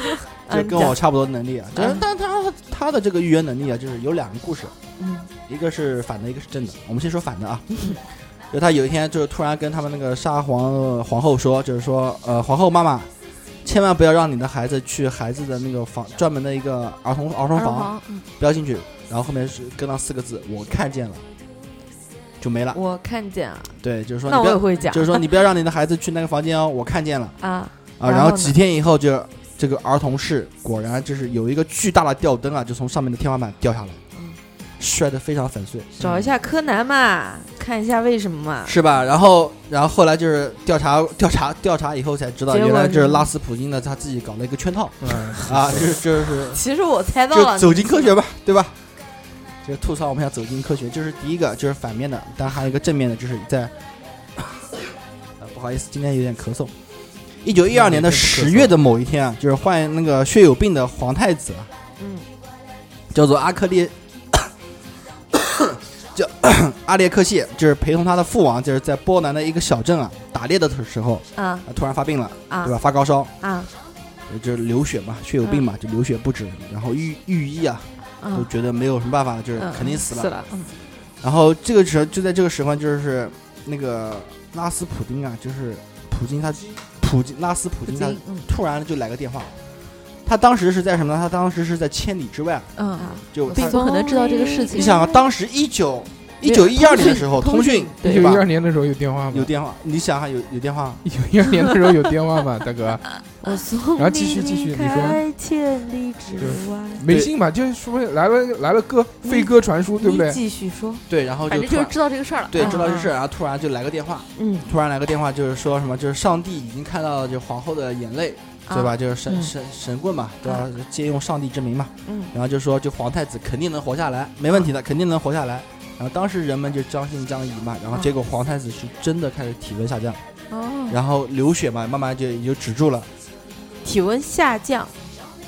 就
嗯
跟我，差不多的能力啊。但是
嗯，
但他他的这个预言能力啊，就是有两个故事，
嗯
一个是反的，一个是正的。我们先说反的啊， 就他有一天就是突然跟他们那个沙皇皇后说，就是说，呃，皇后妈妈，千万不要让你的孩子去孩子的那个房专门的一个儿童儿童
二
房，
房，嗯
不要进去。然后后面是跟上四个字，我看见了，就没了。
我看见啊了，
对，就是说你
那
不
我也
要，
会讲，
就是说你不要让你的孩子去那个房间哦，我看见了
啊，
啊。
然
然
后
后
呢
几天以后就。这个儿童室果然就是有一个巨大的吊灯啊，就从上面的天花板掉下来
嗯，
摔得非常粉碎。
找一下柯南嘛，看一下为什么嘛，
是吧？然后，然后后来就是调查、调查、调查以后才知道，
结果
原来这是
呢
拉斯普京呢，他自己搞了一个圈套
嗯，
啊，就是就是
其实我猜到
就
了，
走进科学吧，对吧？
就
这吐槽我们要走进科学，就是第一个就是反面的，但还有一个正面的，就是在，呃，不好意思，今天有点咳嗽。一九一
嗯
二年的十月的某一天啊，就是患那个血友病的皇太子啊，
嗯，
叫做阿克列，叫阿列克谢，就是陪同他的父王，就是在波兰的一个小镇啊打猎的时候，
啊
啊突然发病了，
啊
对吧？发高烧，
啊
就是流血嘛，血友病
嗯
嘛，就流血不止，然后御御医啊都
啊，
觉得没有什么办法了，就是
嗯
肯定死了。
死了，嗯，
然后这个时候就在这个时候，就是那个拉斯普丁啊，就是普京他普京拉斯普
普
京他
京，嗯
突然就来个电话，他当时是在什么呢？他当时是在千里之外，
嗯，
就他
并不可能知道这个事
你
情。
想啊，当时一九一九一二年的时候，
通
通
讯
讯
一
对
对
九
吧
一？二年的时候有电话吗？
有电话，你想啊想有有电话，
一九一二年的时候有电话 吗，大哥？
我送
然后继续继续你说
开千里之外，
没信吧？就是说来了来了哥，飞鸽传书，对不对
你？继续说，
对，然后
反
就
正
突
就
然
是知道这个事儿了。
对
嗯
知道这事，然后突然就来个电话，
嗯，
突然来个电话，就是说什么，就是上帝已经看到了就皇后的眼泪，对吧？
啊？
就是神
嗯啊
神神棍嘛，都要借用上帝之名嘛。
嗯
然后就说，就皇太子肯定能活下来，没问题的，肯定能活下来。然后当时人们就将信将疑嘛，
嗯
然后结果皇太子是真的开始体温下降，
哦，
然后流血嘛，慢慢就也就止住了。
体温下降，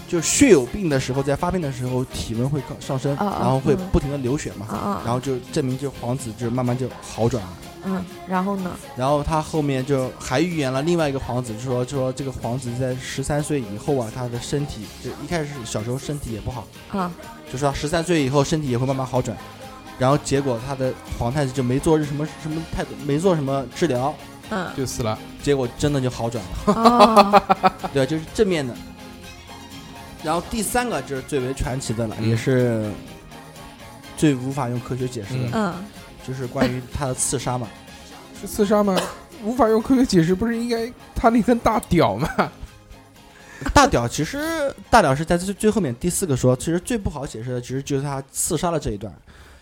就血友病的时候，在发病的时候体温会高上升，
啊啊
然后会
嗯
不停的流血嘛，
啊啊，
然后就证明就皇子就慢慢就好转了。
嗯，然后呢？
然后他后面就还预言了另外一个皇子，就说就说这个皇子在十三岁以后啊，他的身体就一开始小时候身体也不好，
啊，
就说十三岁以后身体也会慢慢好转。然后结果他的皇太子就没做什么什么太没做什么治疗，
嗯，
就死了。
结果真的就好转 了，
哦，
对，就是正面的。然后第三个就是最为传奇的了，
嗯
也是最无法用科学解释的，
嗯
嗯，
就是关于他的刺杀嘛。
是刺杀吗？无法用科学解释，不是应该他那根大屌吗？
大屌其实大屌是在最最后面第四个说，其实最不好解释的，其实就是他刺杀了这一段。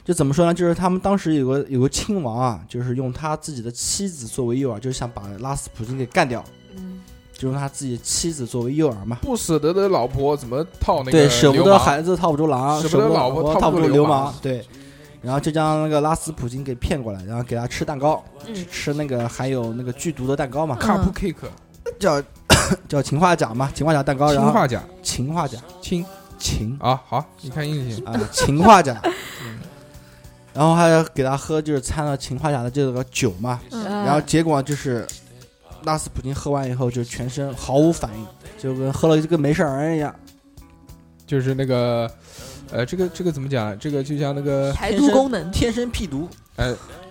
就怎么说呢？就是他们当时有个有个亲王啊，就是用他自己的妻子作为诱饵，就是想把拉斯普京给干掉，
嗯
就用他自己的妻子作为诱饵嘛。
不舍得的老婆怎么套那个
对，舍不
流
得
氓
孩子套不住狼，
舍
舍
不得
老
老婆
婆
套
套
不
住
住
流
流氓
氓。对，然后就将那个拉斯普京给骗过来，然后给他吃蛋糕，
嗯
吃那个含有那个剧毒的蛋糕嘛，
cupcake
叫 叫氰化钾嘛，氰化钾蛋糕，
氰
啊然后
化钾
氰化钾，
氰
氰
啊，好，你看硬性
啊，氰化钾，嗯然后还要给他喝，就是掺了氰化钾的这个酒嘛，
嗯
然后结果就是拉斯普京喝完以后就全身毫无反应，就跟喝了就跟没事儿人一样，
就是那个，呃，这个这个怎么讲？这个就像那个
排毒功能，
天生屁毒，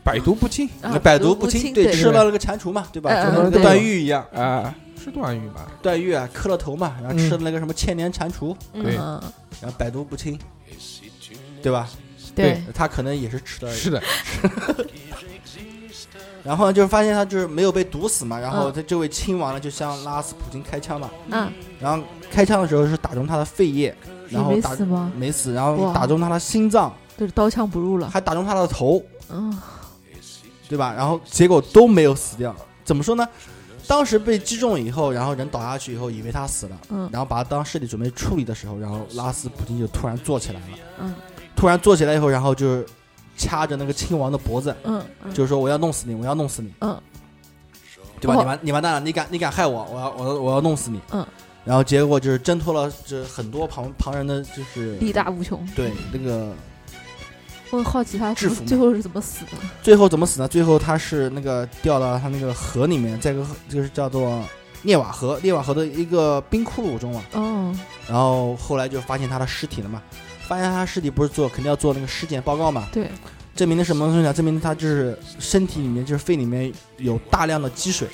百毒不侵
啊
百毒
不
侵，
对，
吃了那个蟾蜍嘛，对吧？
嗯
就
嗯
跟那个
对
段誉一样，
啊，是段誉吧？
段誉啊磕了头嘛，然后吃了那个什么千年蟾蜍，
对
嗯，
然后百毒不侵，对吧？
对，
他可能也是吃了，
是的，
然后呢就发现他就是没有被毒死嘛，然后
嗯
他这位亲王呢就向拉斯普京开枪嘛，
嗯，
然后开枪的时候是打中他的肺叶，然后
没
打
死吗？
没死，然后
哇
打中他的心脏，
就是刀枪不入了，
还打中他的头，
嗯，
对吧？然后结果都没有死掉，怎么说呢？当时被击中以后，然后人倒下去以后，以为他死了，
嗯
然后把他当尸体准备处理的时候，然后拉斯普京就突然坐起来了，
嗯，
突然坐起来以后，然后就是掐着那个亲王的脖子，
嗯
就是说我要弄死你，我要弄死你，
嗯，
对吧？
哦
你完你完蛋了，你敢你敢害我，我要我要我要弄死你，
嗯，
然后结果就是挣脱了这很多旁旁人的就是
力大无穷。
对那个
我很好奇他
制服吗
最后是怎么死的，
最后怎么死呢？最后他是那个掉到他那个河里面，在一个就是叫做涅瓦河，涅瓦河的一个冰窟窿中嘛。
哦，
然后后来就发现他的尸体了嘛，发现他尸体不是做肯定要做那个尸检报告嘛，
对，
证明的什么东西呢？证明他就是身体里面就是肺里面有大量的积水，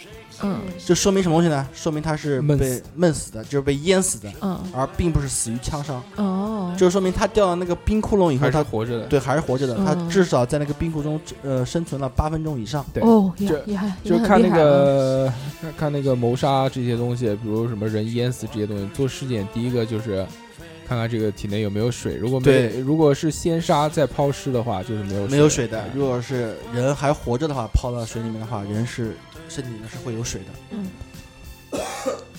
嗯
这说明什么东西呢？说明他是
闷
被
死
闷死的，就是被淹死的，
嗯，
而并不是死于枪伤，
哦，
就是说明他掉到那个冰窟窿以后，
还是
他
活着的。
对还是活着的，他
嗯
至少在那个冰窟中呃生存了八分钟以上。
对
哦，也
就
也还
就
也很
看
厉
那
害啊
个看看那个谋杀这些东西，比如什么人淹死这些东西，做尸检第一个就是看看这个体内有没有水，如果没
对
如果是先杀再抛尸的话，就是没有
没有水的
哎。
如果是人还活着的话，泡到水里面的话，人是身体里面是会有水的。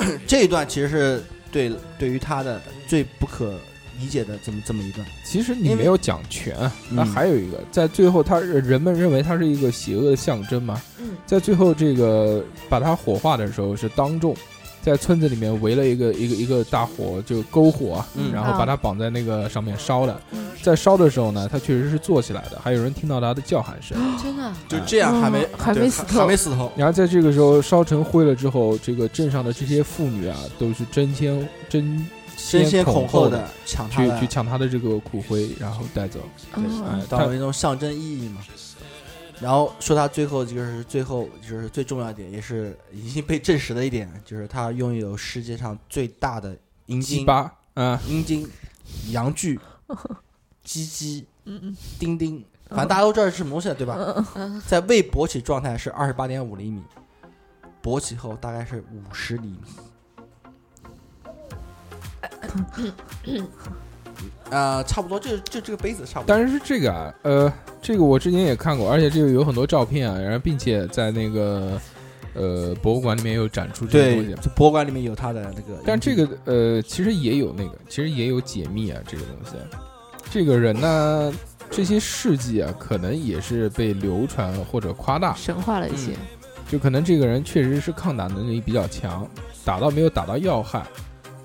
嗯，
这一段其实是对对于他的最不可理解的这么这么一段。
其实你
因为
没有讲全啊，那
嗯
还有一个，在最后他，人们认为它是一个邪恶的象征嘛，
嗯
在最后这个把它火化的时候是当众在村子里面围了一个一个一个大火，就篝火，
嗯
然后
啊
把它绑在那个上面烧了。
嗯
在烧的时候呢，它确实是坐起来的，还有人听到它的叫喊声。
真
啊
的
就这样还没
哦还
对
没死透
还没死透。
然后在这个时候烧成灰了之后，这个镇上的这些妇女啊，都是争先争
争先恐
恐
后
的
的抢他
去
的
去抢他的这个骨灰，然后带走。哎
嗯，
当为一种象征意义嘛。然后说他最后就是最后就是最重要一点，也是已经被证实的一点，就是他拥有世界上最大的阴
鸡
茎、
巴啊，
阴茎、阳具、鸡鸡、丁丁，反正大家都知道是什么东西了，对吧？在未勃起状态是二十八点五厘米，勃起后大概是五十厘米。呃，差不多，就就这个杯子差不多。
但是这个啊，呃，这个我之前也看过，而且这个有很多照片啊，然后并且在那个呃博物馆里面有展出这些
对
东西，。
这博物馆里面有他的那个。
但这个呃，其实也有那个，其实也有解密啊，这个东西。这个人呢，这些事迹啊，可能也是被流传或者夸大，
神话了一些，
就可能这个人确实是抗打能力比较强，打到没有打到要害，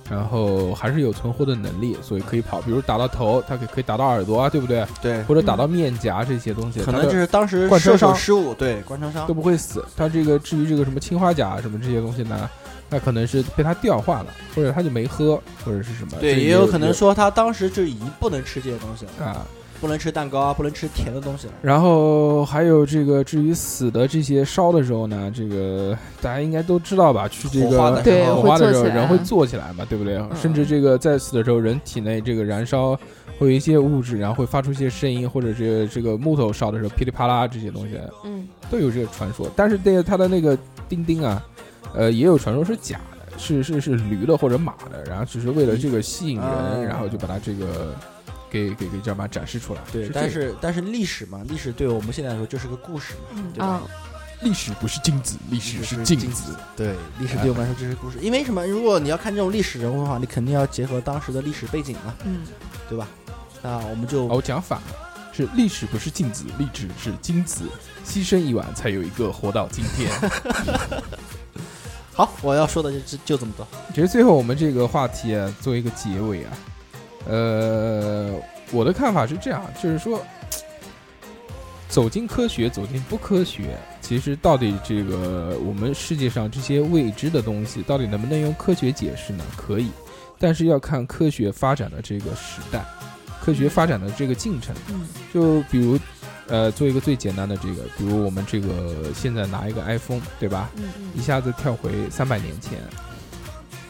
然后还是有存活的能力，所以可以跑。比如打到头，他可以可以打到耳朵啊，对不对？
对，
或者打到面颊这些东西，
可
他
能
的
就是当时
贯彻
射手
上
失误，对，贯穿伤
都。不会死。他这个至于这个什么氰化钾啊什么这些东西呢，那可能是被他调化了，或者他就没喝，或者是什么。
对，
这
也有可能说他当时就已经不能吃这些东西了，
啊。
不能吃蛋糕啊，不能吃甜的东西了。
然后还有这个至于死的这些烧的时候呢，这个大家应该都知道吧？去这
火化
个
的时
对
候
火
会
化的时候
坐起来嗯
人会坐起来嘛，对不对？甚至这个在死的时候，人体内这个燃烧。会有一些物质，然后会发出一些声音，或者这个这个木头烧的时候噼里啪啦这些东西，
嗯
都有这个传说，但是那个它的那个钉钉啊，呃，也有传说是假的，是是是驴的或者马的，然后只是为了这个吸引人，
啊
然后就把它这个给给给叫什么展示出来。
对，
这
但
个
是但是历史嘛，历史对我们现在来说就是个故事嘛，
嗯
对
啊
吧？
历史不是金子，历史是镜子。
对，历史对我们来说就是故事。因为什么？如果你要看这种历史人物的话，你肯定要结合当时的历史背景嘛，
嗯，
对吧？那我们就
哦，我讲反了，是历史不是镜子，历史是金子，牺牲一晚才有一个活到今天。
好，我要说的就就就这么多。
其实最后我们这个话题啊，做一个结尾啊，呃，我的看法是这样，就是说，走进科学，走进不科学，其实到底这个我们世界上这些未知的东西，到底能不能用科学解释呢？可以，但是要看科学发展的这个时代，科学发展的这个进程。
嗯
就比如，呃，做一个最简单的这个，比如我们这个现在拿一个 iPhone，对吧？
嗯
一
嗯，
下子跳回三百年前，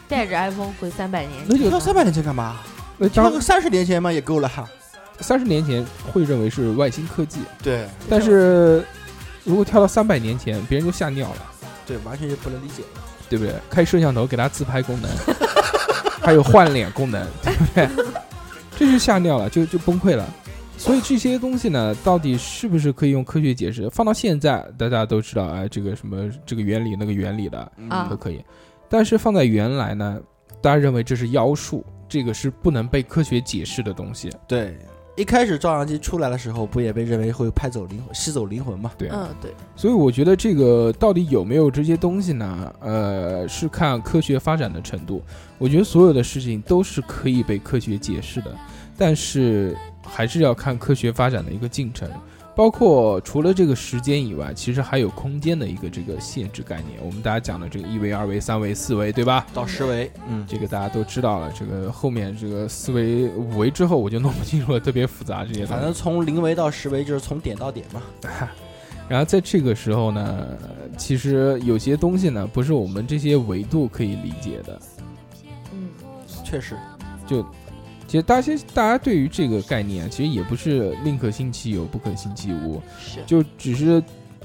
带着 iPhone 回三百年，嗯
那就
你要三百年前干嘛？
那
跳
当
个三十年前嘛也够了哈。
三十年前会认为是外星科技，
对
但是如果跳到三百年前，别人就吓尿了，
对，完全就不能理解。
对不对？开摄像头给他自拍功能， 还有换脸功能，对不对？这就吓尿了，就就崩溃了。所以这些东西呢，到底是不是可以用科学解释？放到现在，大家都知道，哎，这个什么这个原理那个原理的
啊
都可以，但是放在原来呢，大家认为这是妖术，这个是不能被科学解释的东西，
对，一开始照相机出来的时候，不也被认为会拍走灵魂、吸走灵魂嘛？
对啊。
嗯，对，
所以我觉得这个到底有没有这些东西呢？呃，是看科学发展的程度。我觉得所有的事情都是可以被科学解释的，但是还是要看科学发展的一个进程。包括除了这个时间以外，其实还有空间的一个这个限制概念。我们大家讲的这个一维、二维、三维、四维，对吧？
到十维，嗯，
这个大家都知道了。这个后面这个四维、五维之后，我就弄不清楚了，特别复杂这些东
反
西。
正从零维到十维就是从点到点嘛。
然后在这个时候呢，其实有些东西呢，不是我们这些维度可以理解的。
嗯
确实，
其实大家大家对于这个概念，啊其实也不是宁可信其有，不可信其无，
是，
就只是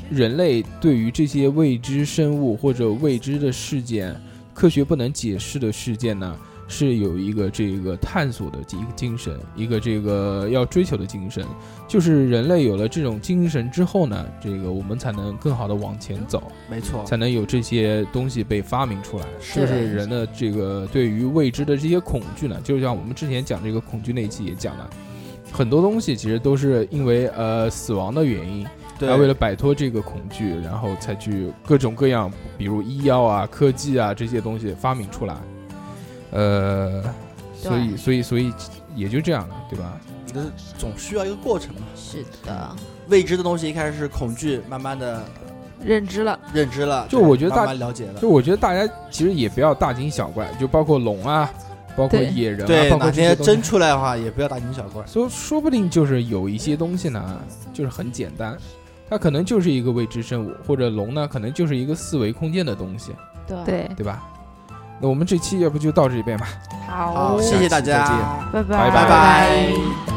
人类对于这些未知生物或者未知的事件、科学不能解释的事件呢，是有一个这个探索的一个精神，一个这个要追求的精神。就是人类有了这种精神之后呢，这个我们才能更好的往前走，
没错，
才能有这些东西被发明出来。
是
就是人的这个对于未知的这些恐惧呢，就像我们之前讲这个恐惧那一期也讲了，很多东西其实都是因为呃死亡的原因，
对
他为了摆脱这个恐惧，然后才去各种各样，比如医药啊、科技啊这些东西发明出来。呃，所以所以所以也就这样了，对吧？
你的总需要一个过程嘛。
是的，
未知的东西一开始是恐惧，慢慢的
认知了，
认知了，
就
对
我觉得大
慢慢了解了
就。我觉得大家其实也不要大惊小怪，就包括龙啊，包括
对
野人啊，
对，
包括
哪
这些
天
东西
真出来的话，也不要大惊小怪。
所以说不定就是有一些东西呢，就是很简单，它可能就是一个未知生物，或者龙呢，可能就是一个四维空间的东西，
对，
对，
对吧？那我们这期要不就到这边吧。
好
好，谢谢大家，
拜
拜
拜
拜拜。